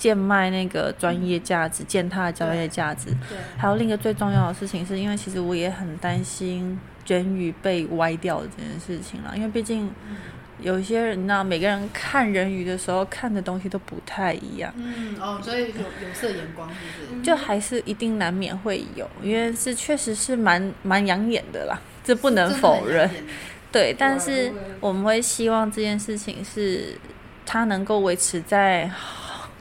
S5: 贱卖那个专业价值，践踏专业价值，
S1: 对，
S5: 还有另一个最重要的事情，是因为其实我也很担心卷语被歪掉这件事情啦，因为毕竟有一些人呢、每个人看人鱼的时候看的东西都不太一样，
S1: 嗯，哦，所以有有色眼光是不是？
S5: 就还是一定难免会有，因为是确实是蛮蛮养眼的啦，这不能否认。
S1: 真的很难演
S5: 对，但是我们会希望这件事情是它能够维持在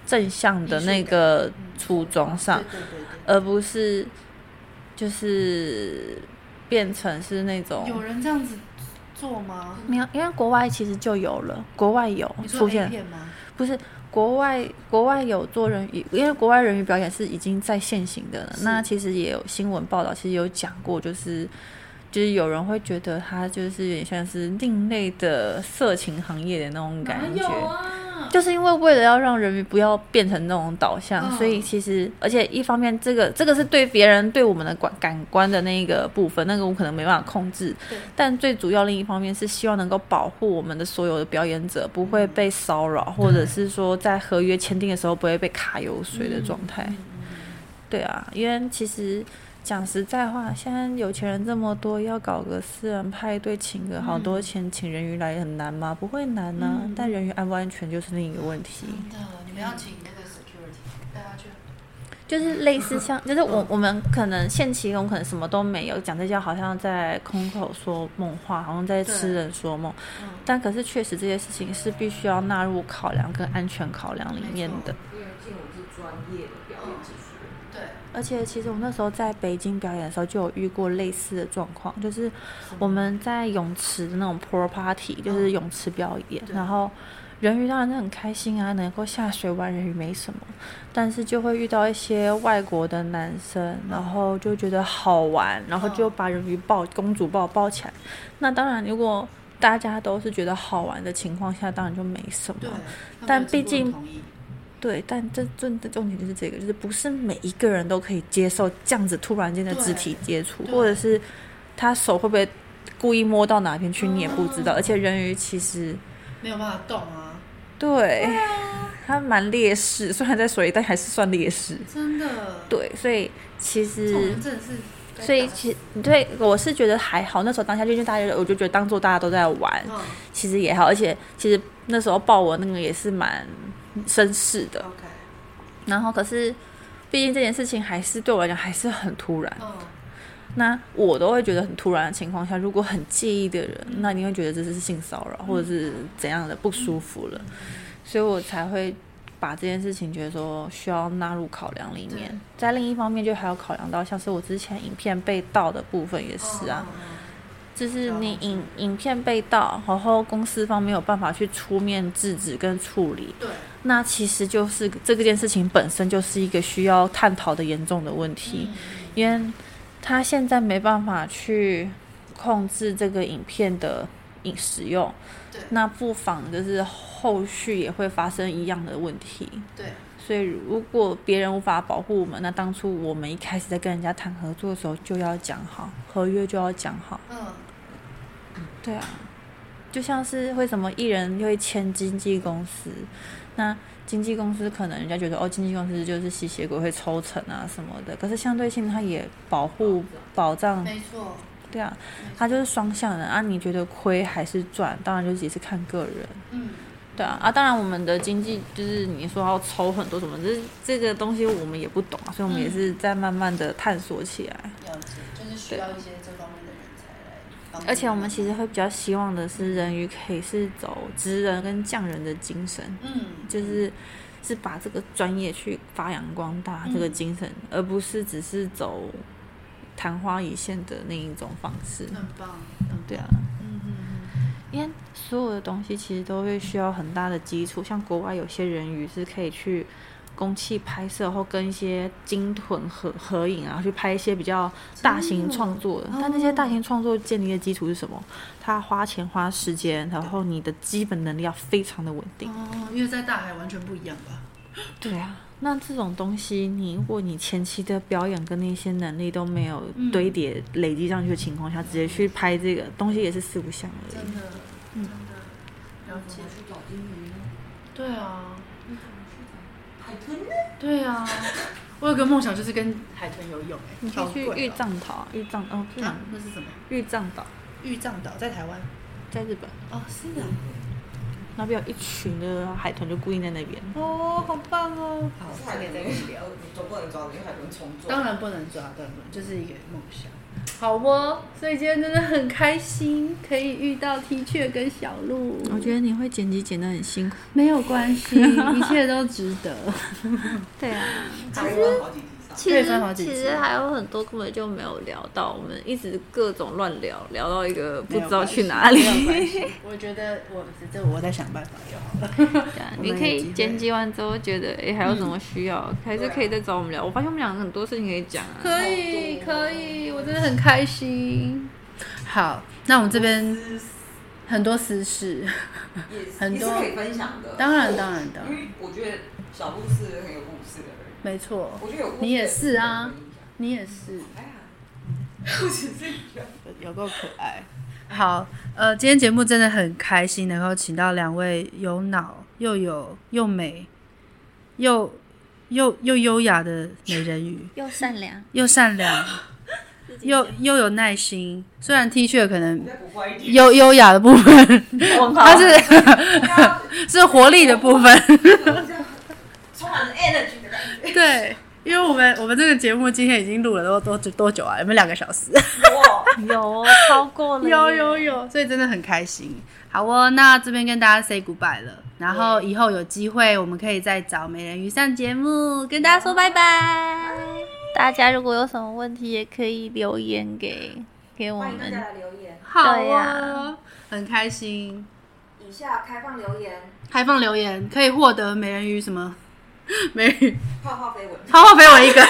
S5: 正向的那
S1: 嗯
S5: 个初衷上
S1: 对，对对对
S5: 而不是就是变成是那种
S1: 有人这样子做吗？
S5: 没有，因为国外其实就有了，国外有
S1: 你说
S5: 出
S1: A
S5: 现，
S1: 片吗？
S5: 不是国外国外有做人鱼，因为国外人鱼表演是已经在现行的了。那其实也有新闻报道，其实有讲过，就是就是有人会觉得它就是有点像是另类的色情行业的那种感觉。
S1: 啊，
S5: 就是因为为了要让人民不要变成那种导向，
S1: 嗯
S5: 所以其实而且一方面，这个这个是对别人对我们的感感官的那个部分，那个我可能没办法控制
S1: 对。
S5: 但最主要另一方面是希望能够保护我们的所有的表演者不会被骚扰，或者
S1: 嗯
S5: 是说在合约签订的时候不会被卡油水的状态。
S1: 嗯
S5: 对啊，因为其实。讲实在话，现在有钱人这么多，要搞个私人派对，请个好多
S1: 嗯
S5: 钱，请人鱼来很难吗？不会难啊呢、但人鱼安不安全就是另一个问题。
S1: 真的，你们要请那个 security 带他去。
S5: 就是类似像，就是我我们可能限期我们可能什么都没有，讲这些好像在空口说梦话，好像在痴人说梦，但可是确实这些事情是必须要纳入考量跟安全考量里面的。
S2: 因为静茹是专业的表演技术，
S1: 对，
S5: 而且其实我那时候在北京表演的时候就有遇过类似的状况，就是我们在泳池的那种 pool party，就是泳池表演，然后人鱼当然是很开心啊，能够下水玩人鱼没什么，但是就会遇到一些外国的男生，然后就觉得好玩，然后就把人鱼抱公主抱抱起来。那当然，如果大家都是觉得好玩的情况下，当然就没什么
S1: 对。，
S5: 嗯但毕竟
S1: 他们有经过你同意
S5: 对，但这重重点就是这个，就是不是每一个人都可以接受这样子突然间的肢体接触，或者是他手会不会故意摸到哪边去，你也不知道。而且人鱼其实
S1: 没有办法动啊，
S5: 对， [LAUGHS] 他蛮劣势，虽然在水里，但还是算劣势。
S1: 真的。
S5: 对，所以其
S1: 这种
S5: 实
S1: 人真的是该打死，
S5: 所以其对我是觉得还好，那时候当下就是大家，我就觉得当做大家都在玩，
S1: 嗯
S5: 其实也好。而且其实那时候抱我那个也是蛮绅士的，
S1: ，OK，
S5: 然后可是，毕竟这件事情还是对我来讲还是很突然。
S1: 嗯，
S5: 那我都会觉得很突然的情况下，如果很介意的人，那你会觉得这是性骚扰或者是怎样的不舒服了，所以我才会把这件事情觉得说需要纳入考量里面。在另一方面，就还要考量到像是我之前影片被盗的部分也是
S1: 哦
S5: 啊，就是你影影片被盗，然后公司方没有办法去出面制止跟处理，
S1: 对，
S5: 那其实就是这件事情本身就是一个需要探讨的严重的问题，因为他现在没办法去控制这个影片的影使用
S1: 对，
S5: 那不妨就是后续也会发生一样的问题。
S1: 对，
S5: 所以如果别人无法保护我们，那当初我们一开始在跟人家谈合作的时候就要讲好，合约就要讲好。
S1: 嗯，
S5: 对啊，就像是为什么艺人会签经纪公司，那经纪公司可能人家觉得哦，经纪公司就是吸血鬼会抽成啊什么的，可是相对性它也保护保障，
S1: 没错，
S5: 对啊，它就是双向的啊。你觉得亏还是赚？当然就是也是看个人。
S1: 嗯，
S5: 对啊，啊，当然我们的经济就是你说要抽很多什么，这这个东西我们也不懂啊，所以我们也是在慢慢的探索起来。
S1: 了解，就是需要一些这方面的人才来帮助们。
S5: 而且我们其实会比较希望的是，人鱼可以是走职人跟匠人的精神，
S1: 嗯，
S5: 就是是把这个专业去发扬光大这个精神，而不是只是走昙花一现的那一种方式。
S1: 很棒，很棒
S5: 对啊，
S1: 嗯嗯嗯，
S5: 因为所有的东西其实都会需要很大的基础，像国外有些人鱼是可以去公器拍摄，或跟一些鲸豚合合影啊，去拍一些比较大型创作的。哦但那些大型创作建立的基础是什么？他花钱花时间，然后你的基本能力要非常的稳定。
S1: 哦，因为在大海完全不一样吧？
S5: 对啊，那这种东西，你如果你前期的表演跟那些能力都没有堆叠、累积上去的情况下，直接去拍这个东西也是四不像而已。
S1: 真的，
S5: 嗯
S1: 真的，了解。
S3: 去找金鱼，
S1: 对啊，
S3: 海豚呢？
S1: 对啊，我有个梦想就是跟海豚游泳、欸，
S5: 你可
S1: 好
S5: 以去
S1: 贵哦
S5: 玉藏岛啊，玉藏哦，不
S1: 啊
S5: 能，
S1: 那是什么？
S5: 玉藏岛
S1: 玉藏岛在台湾
S5: 在日本，
S1: 哦，是啊，
S5: 那边有一群的海豚就固定在那边。
S1: 哦，好棒哦！好，
S3: 是海豚在跟你聊，你总不能找你海豚重做。
S1: 当然不能抓，当然不能就是一个梦想。好哦，所以今天真的很开心，可以遇到 T 雀跟小鹿，
S5: 我觉得你会剪辑剪得很辛苦。
S1: 没有关系，一切都值得。
S5: 对啊，
S3: 其实好几集上，
S5: 其
S1: 可以
S5: 实
S1: 分好几
S5: 其
S1: 集
S5: 实还有很多根本就没有聊到，我们一直各种乱聊，聊到一个不知道去哪里。
S1: 没有关 [LAUGHS] 系，我觉得我这我再想办法就好了。
S5: 对啊
S1: 我们
S5: [LAUGHS] 你
S1: 有
S5: 可
S1: 机
S5: 以
S1: 会
S5: 剪辑完之后觉得，哎、还有什么需要，还是可以再找我们聊。我发现我们俩很多事情可以讲啊。
S1: 可以可以，我真的很开心。好，那我们这边很多私事，很
S3: 也是
S1: 多
S3: 可以分享的。
S1: 当然当然当
S3: 因
S1: 然，
S3: 为我觉得小布是很有故事的人，
S1: 没错，
S3: 我觉得有故事
S1: 你也是啊
S3: 的人可以分享。
S1: 你也是。
S3: 哎呀，我只是有
S1: 有够可爱。好，呃，今天节目真的很开心，能够请到两位有脑又有又美又又又优雅的美人鱼，
S5: 又善 [LAUGHS] 良，
S1: 又善良，又又有耐心。虽然 T 恤可能
S3: 再古怪
S1: [LAUGHS]
S3: 一点。
S1: 优优雅的部 [LAUGHS] 分，
S5: 问号
S1: 它是是活力的部分。
S3: 充满了 energy 的感觉。
S1: [LAUGHS] 对，因为我们我们这个节目今天已经录了多多多久啊？有没有两个小时？
S3: 哇，
S5: 有哦超过了，
S1: 有有。有，所以真的很开心。好哦，那这边跟大家 say goodbye 了，然后以后有机会我们可以再找美人鱼上节目，跟大家说拜拜。
S5: 大家如果有什么问题，也可以留言给给我
S3: 欢迎大家
S5: 们。
S3: 来留言，
S1: 好
S5: 对
S1: 哦
S5: 呀，
S1: 很开心。
S3: 以下开放留言。
S1: 开放留言可以获得美人鱼什么 [LAUGHS] 美女，
S2: 泡泡
S1: [LAUGHS]
S2: 飞吻，
S1: 超飞我一个，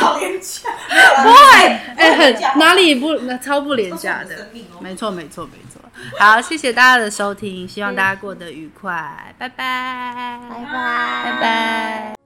S2: 好廉价，
S1: [LAUGHS] 不
S2: 没有啦
S1: 会，哎、
S2: 讲
S1: 很哪里不那超不廉价
S2: 都是我们
S1: 的
S2: 生命哦，
S1: 没错没错没错。好，谢谢大家的收听，希望大家过得愉快，拜拜，拜拜，拜拜。